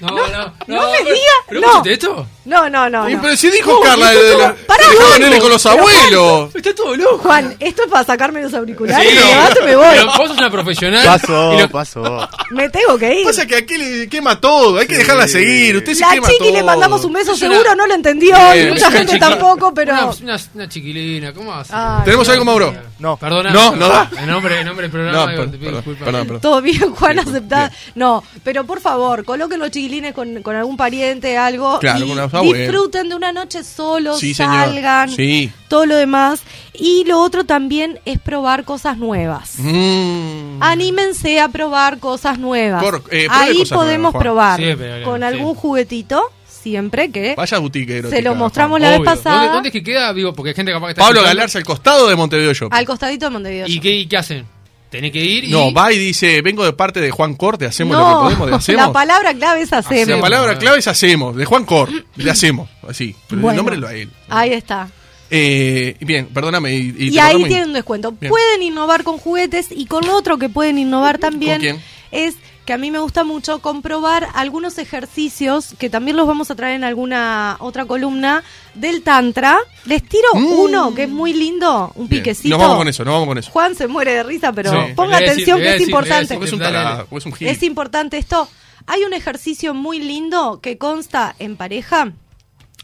Speaker 4: No, no, no.
Speaker 5: [LAUGHS] no me
Speaker 4: pero-
Speaker 5: diga,
Speaker 4: ¿Pero
Speaker 5: no.
Speaker 4: escuchaste esto?
Speaker 5: No, no, no.
Speaker 3: Y
Speaker 5: no.
Speaker 3: Pero si dijo Carla de, de la-
Speaker 5: Pará,
Speaker 3: de los
Speaker 5: Juan.
Speaker 3: nenes con los
Speaker 5: [LAUGHS]
Speaker 3: abuelos.
Speaker 4: Está todo loco.
Speaker 5: Juan, esto es para sacarme los auriculares.
Speaker 3: Sí,
Speaker 5: me
Speaker 3: no.
Speaker 5: levanto y me
Speaker 4: Pero
Speaker 5: voy.
Speaker 4: vos sos una profesional. y
Speaker 2: Pasó,
Speaker 4: lo-
Speaker 2: pasó.
Speaker 5: Me tengo que ir.
Speaker 3: Pasa que aquí le quema todo. Hay que dejarla seguir. Usted se
Speaker 5: la
Speaker 3: quema
Speaker 5: chiqui
Speaker 3: todo.
Speaker 5: le mandamos un beso,
Speaker 4: Es una-
Speaker 5: seguro no lo entendió.
Speaker 3: Eh,
Speaker 5: y
Speaker 4: pero
Speaker 5: mucha
Speaker 4: es
Speaker 3: [LAUGHS]
Speaker 4: una
Speaker 5: gente
Speaker 4: chiqui-
Speaker 5: tampoco, pero. Ah.
Speaker 4: Una, una- una chiquilina, ¿cómo haces?
Speaker 5: Ay,
Speaker 3: ¿Tenemos algo, Mauro?
Speaker 2: No.
Speaker 4: Perdona.
Speaker 3: No, no da.
Speaker 4: En nombre, en nombre del
Speaker 3: No,
Speaker 4: programa, digo,
Speaker 3: per-
Speaker 4: te pido
Speaker 3: perdón,
Speaker 4: disculpas.
Speaker 3: perdón, perdón.
Speaker 5: [LAUGHS] Todo bien, Juan,
Speaker 3: Sí,
Speaker 5: aceptada.
Speaker 3: bien.
Speaker 5: No, pero por favor, coloquen los chiquilines con, con algún pariente, algo.
Speaker 3: Claro,
Speaker 5: y
Speaker 3: con los abuelos.
Speaker 5: Disfruten de una noche solos,
Speaker 3: Sí, señor.
Speaker 5: salgan,
Speaker 3: Sí.
Speaker 5: todo lo demás. Y lo otro también es probar cosas nuevas.
Speaker 3: Mm.
Speaker 5: Anímense a probar cosas nuevas.
Speaker 3: Cor- eh, pruebe
Speaker 5: Ahí
Speaker 3: cosas nuevas,
Speaker 5: podemos
Speaker 3: Juan.
Speaker 5: probar
Speaker 4: Sí, pero,
Speaker 5: con
Speaker 4: sí.
Speaker 5: algún juguetito, siempre
Speaker 4: ¿Eh?
Speaker 5: que
Speaker 3: Vaya boutique erótica,
Speaker 5: se lo
Speaker 3: Juan.
Speaker 5: mostramos la vez
Speaker 4: Obvio.
Speaker 5: pasada
Speaker 4: ¿Dónde, dónde es que queda? Digo, porque hay gente capaz que está.
Speaker 3: Pablo
Speaker 4: escuchando.
Speaker 3: Galarza, al costado de Montevideo Shop.
Speaker 5: al costadito de Montevideo.
Speaker 4: ¿Y qué, y qué hacen? Tenés que ir y.
Speaker 3: No, va y dice, vengo de parte de Juan Corte, hacemos lo que podemos, le hacemos.
Speaker 5: la palabra clave es hacemos.
Speaker 3: La
Speaker 4: Ah.
Speaker 3: palabra clave es hacemos, de Juan Cor, le hacemos, así. Pero
Speaker 5: Bueno.
Speaker 3: el nombre lo a él.
Speaker 5: Ahí está.
Speaker 3: Eh, bien, perdóname. Y, y
Speaker 5: Y,
Speaker 3: te
Speaker 5: ahí
Speaker 3: perdono,
Speaker 5: tienen un descuento.
Speaker 3: Bien.
Speaker 5: Pueden innovar con juguetes y con lo otro que pueden innovar también
Speaker 3: quién?
Speaker 5: es que a mí me gusta mucho comprobar algunos ejercicios que también los vamos a traer en alguna otra columna del Tantra. Les tiro uno que es muy lindo, un
Speaker 3: Mm. Bien,
Speaker 5: piquecito.
Speaker 3: Nos vamos con eso, nos vamos con eso.
Speaker 5: Juan se muere de risa, pero
Speaker 3: Sí.
Speaker 4: Le voy
Speaker 5: ponga
Speaker 4: a decir,
Speaker 5: atención
Speaker 4: le voy
Speaker 5: que
Speaker 4: a
Speaker 5: es
Speaker 4: decir, le voy a
Speaker 5: importante.
Speaker 4: decir.
Speaker 3: Porque es un
Speaker 4: Dale,
Speaker 3: tarado,
Speaker 4: dale.
Speaker 3: porque es un gil.
Speaker 5: Es importante esto. Hay un ejercicio muy lindo que consta en pareja.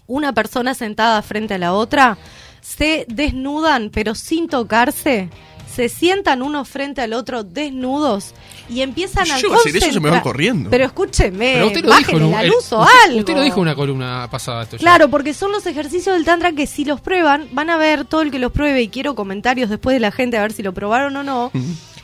Speaker 5: Una persona sentada frente a la otra se desnudan, pero sin tocarse. Se sientan uno frente al otro desnudos y empiezan
Speaker 3: Yo
Speaker 5: a
Speaker 3: llego a hacer eso y se me van
Speaker 5: concentrar-
Speaker 3: corriendo.
Speaker 5: Pero escúcheme,
Speaker 4: Pero usted lo dijo.
Speaker 5: bájenle
Speaker 4: en un-
Speaker 5: la
Speaker 4: el-
Speaker 5: luz o
Speaker 4: usted-
Speaker 5: algo.
Speaker 4: Usted lo dijo en una columna pasada. Esto ya.
Speaker 5: Claro, porque son los ejercicios del Tantra que si los prueban, van a ver todo el que los pruebe y quiero comentarios después de la gente a ver si lo probaron o no.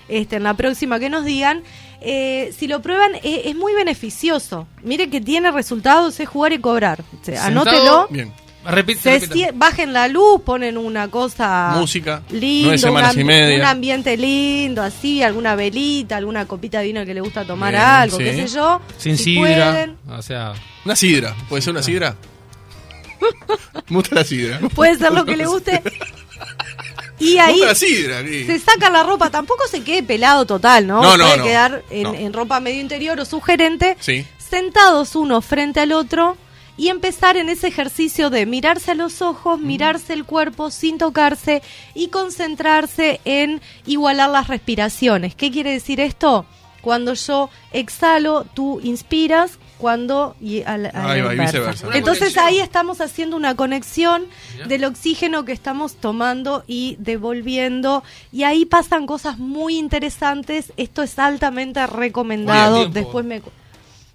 Speaker 5: Este, en la próxima que nos digan. eh, si lo prueban, eh, es muy beneficioso. Mire que tiene resultados, es jugar y cobrar. O sea,
Speaker 4: Sentado,
Speaker 5: anótelo.
Speaker 3: Bien.
Speaker 4: Repite,
Speaker 5: Se
Speaker 4: repita.
Speaker 5: sie- bajen la luz, ponen una cosa
Speaker 3: Música,
Speaker 5: lindo,
Speaker 3: nueve semanas
Speaker 5: un, ambi-
Speaker 3: y media.
Speaker 5: un ambiente lindo, así, alguna velita, alguna copita de vino que le gusta tomar
Speaker 3: Bien,
Speaker 5: algo,
Speaker 3: sí.
Speaker 5: qué sé yo.
Speaker 4: Sin
Speaker 5: Si
Speaker 4: sidra.
Speaker 5: pueden,
Speaker 4: O sea.
Speaker 3: Una sidra, ¿puede ser una sidra?
Speaker 5: [LAUGHS]
Speaker 3: Me gusta la sidra.
Speaker 5: puede ser lo que le guste.
Speaker 3: Me
Speaker 5: Y Pues ahí
Speaker 3: gusta la sidra. aquí.
Speaker 5: se saca la ropa, tampoco se quede pelado total, ¿no?
Speaker 3: No, no,
Speaker 5: Puede
Speaker 3: no.
Speaker 5: quedar en,
Speaker 3: No.
Speaker 5: en ropa medio interior o sugerente,
Speaker 3: Sí.
Speaker 5: sentados uno frente al otro y empezar en ese ejercicio de mirarse a los ojos,
Speaker 3: Mm.
Speaker 5: mirarse el cuerpo sin tocarse y concentrarse en igualar las respiraciones. ¿Qué quiere decir esto? Cuando yo exhalo, tú inspiras, cuando y al, al
Speaker 3: Ahí va, y
Speaker 5: inversa.
Speaker 3: viceversa.
Speaker 4: Una
Speaker 5: Entonces
Speaker 4: conexión.
Speaker 5: ahí estamos haciendo una conexión
Speaker 4: Mirá.
Speaker 5: del oxígeno que estamos tomando y devolviendo y ahí pasan cosas muy interesantes. Esto es altamente recomendado.
Speaker 4: tiempo.
Speaker 5: Después me cu-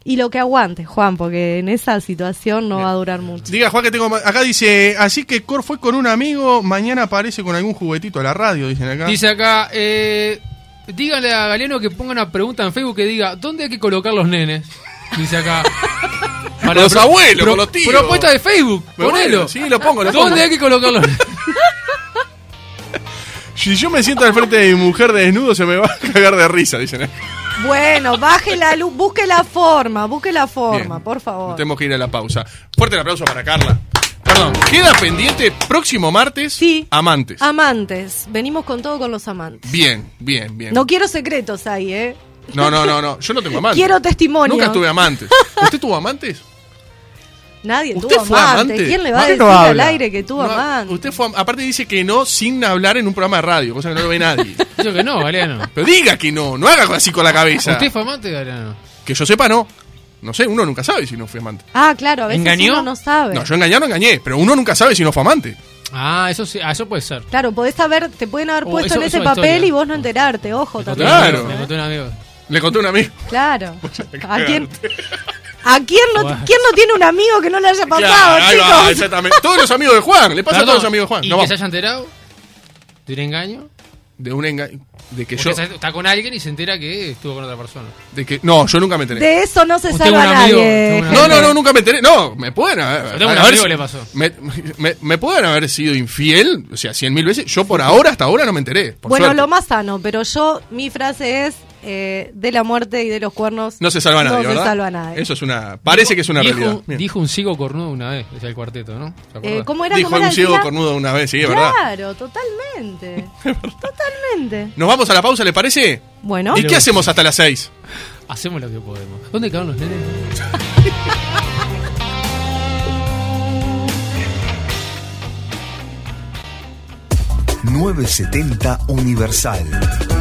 Speaker 5: y lo que aguante, Juan, porque en esa situación no va a durar mucho.
Speaker 3: Diga, Juan, que tengo. ma- Acá dice, así que Cor fue con un amigo, mañana aparece con algún juguetito a la radio, dicen acá.
Speaker 4: Dice acá, eh, díganle a Galeno que ponga una pregunta en Facebook que diga, ¿dónde hay que colocar los nenes? Dice acá. Para
Speaker 3: [LAUGHS] Con los
Speaker 4: pro-
Speaker 3: abuelos, con los tíos.
Speaker 4: Propuesta de Facebook,
Speaker 3: Pero
Speaker 4: ponelo.
Speaker 3: bueno, sí, lo pongo, lo pongo.
Speaker 4: ¿Dónde hay que colocar
Speaker 3: [LAUGHS]
Speaker 4: los nenes?
Speaker 3: Si yo me siento al frente de mi mujer desnudo, se me va a cagar de risa, dicen acá.
Speaker 5: Bueno, baje la luz, busque la forma, busque la forma,
Speaker 3: Bien.
Speaker 5: por favor.
Speaker 3: Tenemos que ir a la pausa. Fuerte el aplauso para Carla. Perdón, queda pendiente próximo martes.
Speaker 5: Sí. Ah.
Speaker 3: Amantes.
Speaker 5: Amantes, venimos con todo con los amantes.
Speaker 3: bien, bien, bien.
Speaker 5: No quiero secretos ahí, ¿eh?
Speaker 3: No, no, no, no. Yo no tengo amantes.
Speaker 5: Quiero testimonios.
Speaker 3: Nunca tuve
Speaker 5: [LAUGHS]
Speaker 3: amantes. ¿Usted tuvo amantes?
Speaker 5: Nadie
Speaker 3: ¿Usted
Speaker 5: tuvo
Speaker 3: fue
Speaker 5: amante.
Speaker 3: amante?
Speaker 5: ¿Quién le va a
Speaker 2: ¿Por qué
Speaker 5: decir
Speaker 2: no
Speaker 5: al
Speaker 2: habla?
Speaker 5: aire que tuvo
Speaker 3: No,
Speaker 5: amante?
Speaker 3: Usted fue. am- Aparte dice que no sin hablar en un programa de radio, cosa que no lo ve
Speaker 5: [LAUGHS]
Speaker 3: nadie.
Speaker 4: Yo que no, Galeno.
Speaker 3: Pero diga que no, no haga así con la cabeza.
Speaker 4: ¿Usted fue amante, Galeno?
Speaker 3: Que yo sepa, no. No sé, uno nunca sabe si no fue amante.
Speaker 5: Ah, claro, a veces
Speaker 4: ¿Engañó?
Speaker 5: uno no sabe.
Speaker 3: No, yo engañé o no engañé, pero uno nunca sabe si no fue amante.
Speaker 4: Ah, eso, sí, ah, eso puede ser.
Speaker 5: Claro, podés saber, te pueden haber
Speaker 4: Oh,
Speaker 5: puesto
Speaker 4: eso-
Speaker 5: en ese
Speaker 4: eso es
Speaker 5: papel
Speaker 4: historia.
Speaker 5: y vos no enterarte, ojo
Speaker 4: Me contó
Speaker 5: también.
Speaker 4: un
Speaker 3: Claro.
Speaker 4: amigo, Me contó un amigo.
Speaker 3: Le conté a un amigo.
Speaker 5: Claro. ¿A quién,
Speaker 3: cagaste.
Speaker 5: ¿A quién no,
Speaker 4: Guau.
Speaker 5: quién no tiene un amigo que no le haya pasado,
Speaker 3: Claro, ahí va,
Speaker 5: chicos?
Speaker 3: exactamente. Todos los amigos de Juan, le pasa a
Speaker 4: Perdón,
Speaker 3: todos los amigos de Juan.
Speaker 4: ¿Y
Speaker 3: No,
Speaker 4: que se
Speaker 3: vamos.
Speaker 4: haya enterado de un engaño?
Speaker 3: De un engaño. De que
Speaker 4: Porque
Speaker 3: yo.
Speaker 4: se- está con alguien y se entera que estuvo con otra persona.
Speaker 3: De que, no, yo nunca me enteré.
Speaker 5: De eso no se
Speaker 4: Usted
Speaker 5: salva
Speaker 4: un amigo,
Speaker 5: nadie.
Speaker 4: tengo un
Speaker 3: No,
Speaker 5: gente.
Speaker 3: no, no, nunca me enteré. No, me pueden haber.
Speaker 4: Yo tengo un
Speaker 3: haber-
Speaker 4: amigo que le pasó.
Speaker 3: Me, me- me pueden haber sido infiel, o sea, cien mil veces. Yo por ahora, hasta ahora, no me enteré. por
Speaker 5: Bueno,
Speaker 3: suerte.
Speaker 5: lo más sano, pero yo, mi frase es, eh, de la muerte y de los cuernos...
Speaker 3: No se salva nadie,
Speaker 5: No
Speaker 3: ¿verdad?
Speaker 5: se salva nadie.
Speaker 3: Eso es una. Parece que es una
Speaker 4: dijo,
Speaker 3: realidad. Bien.
Speaker 4: Dijo un ciego cornudo una vez, decía el cuarteto, ¿no? ¿Se
Speaker 5: Eh,
Speaker 4: acuerdan?
Speaker 5: ¿Cómo era?
Speaker 3: Dijo
Speaker 5: ¿Cómo era
Speaker 3: un
Speaker 5: el
Speaker 3: ciego
Speaker 5: día?
Speaker 3: cornudo una vez, sí, es verdad. [LAUGHS]
Speaker 5: Claro, totalmente. totalmente.
Speaker 3: Nos vamos a la pausa, ¿le parece?
Speaker 5: Bueno,
Speaker 3: ¿Y qué hacemos hasta las seis?
Speaker 4: Hacemos lo que podemos. ¿Dónde quedaron los nenes?
Speaker 1: Universal. 970 Universal.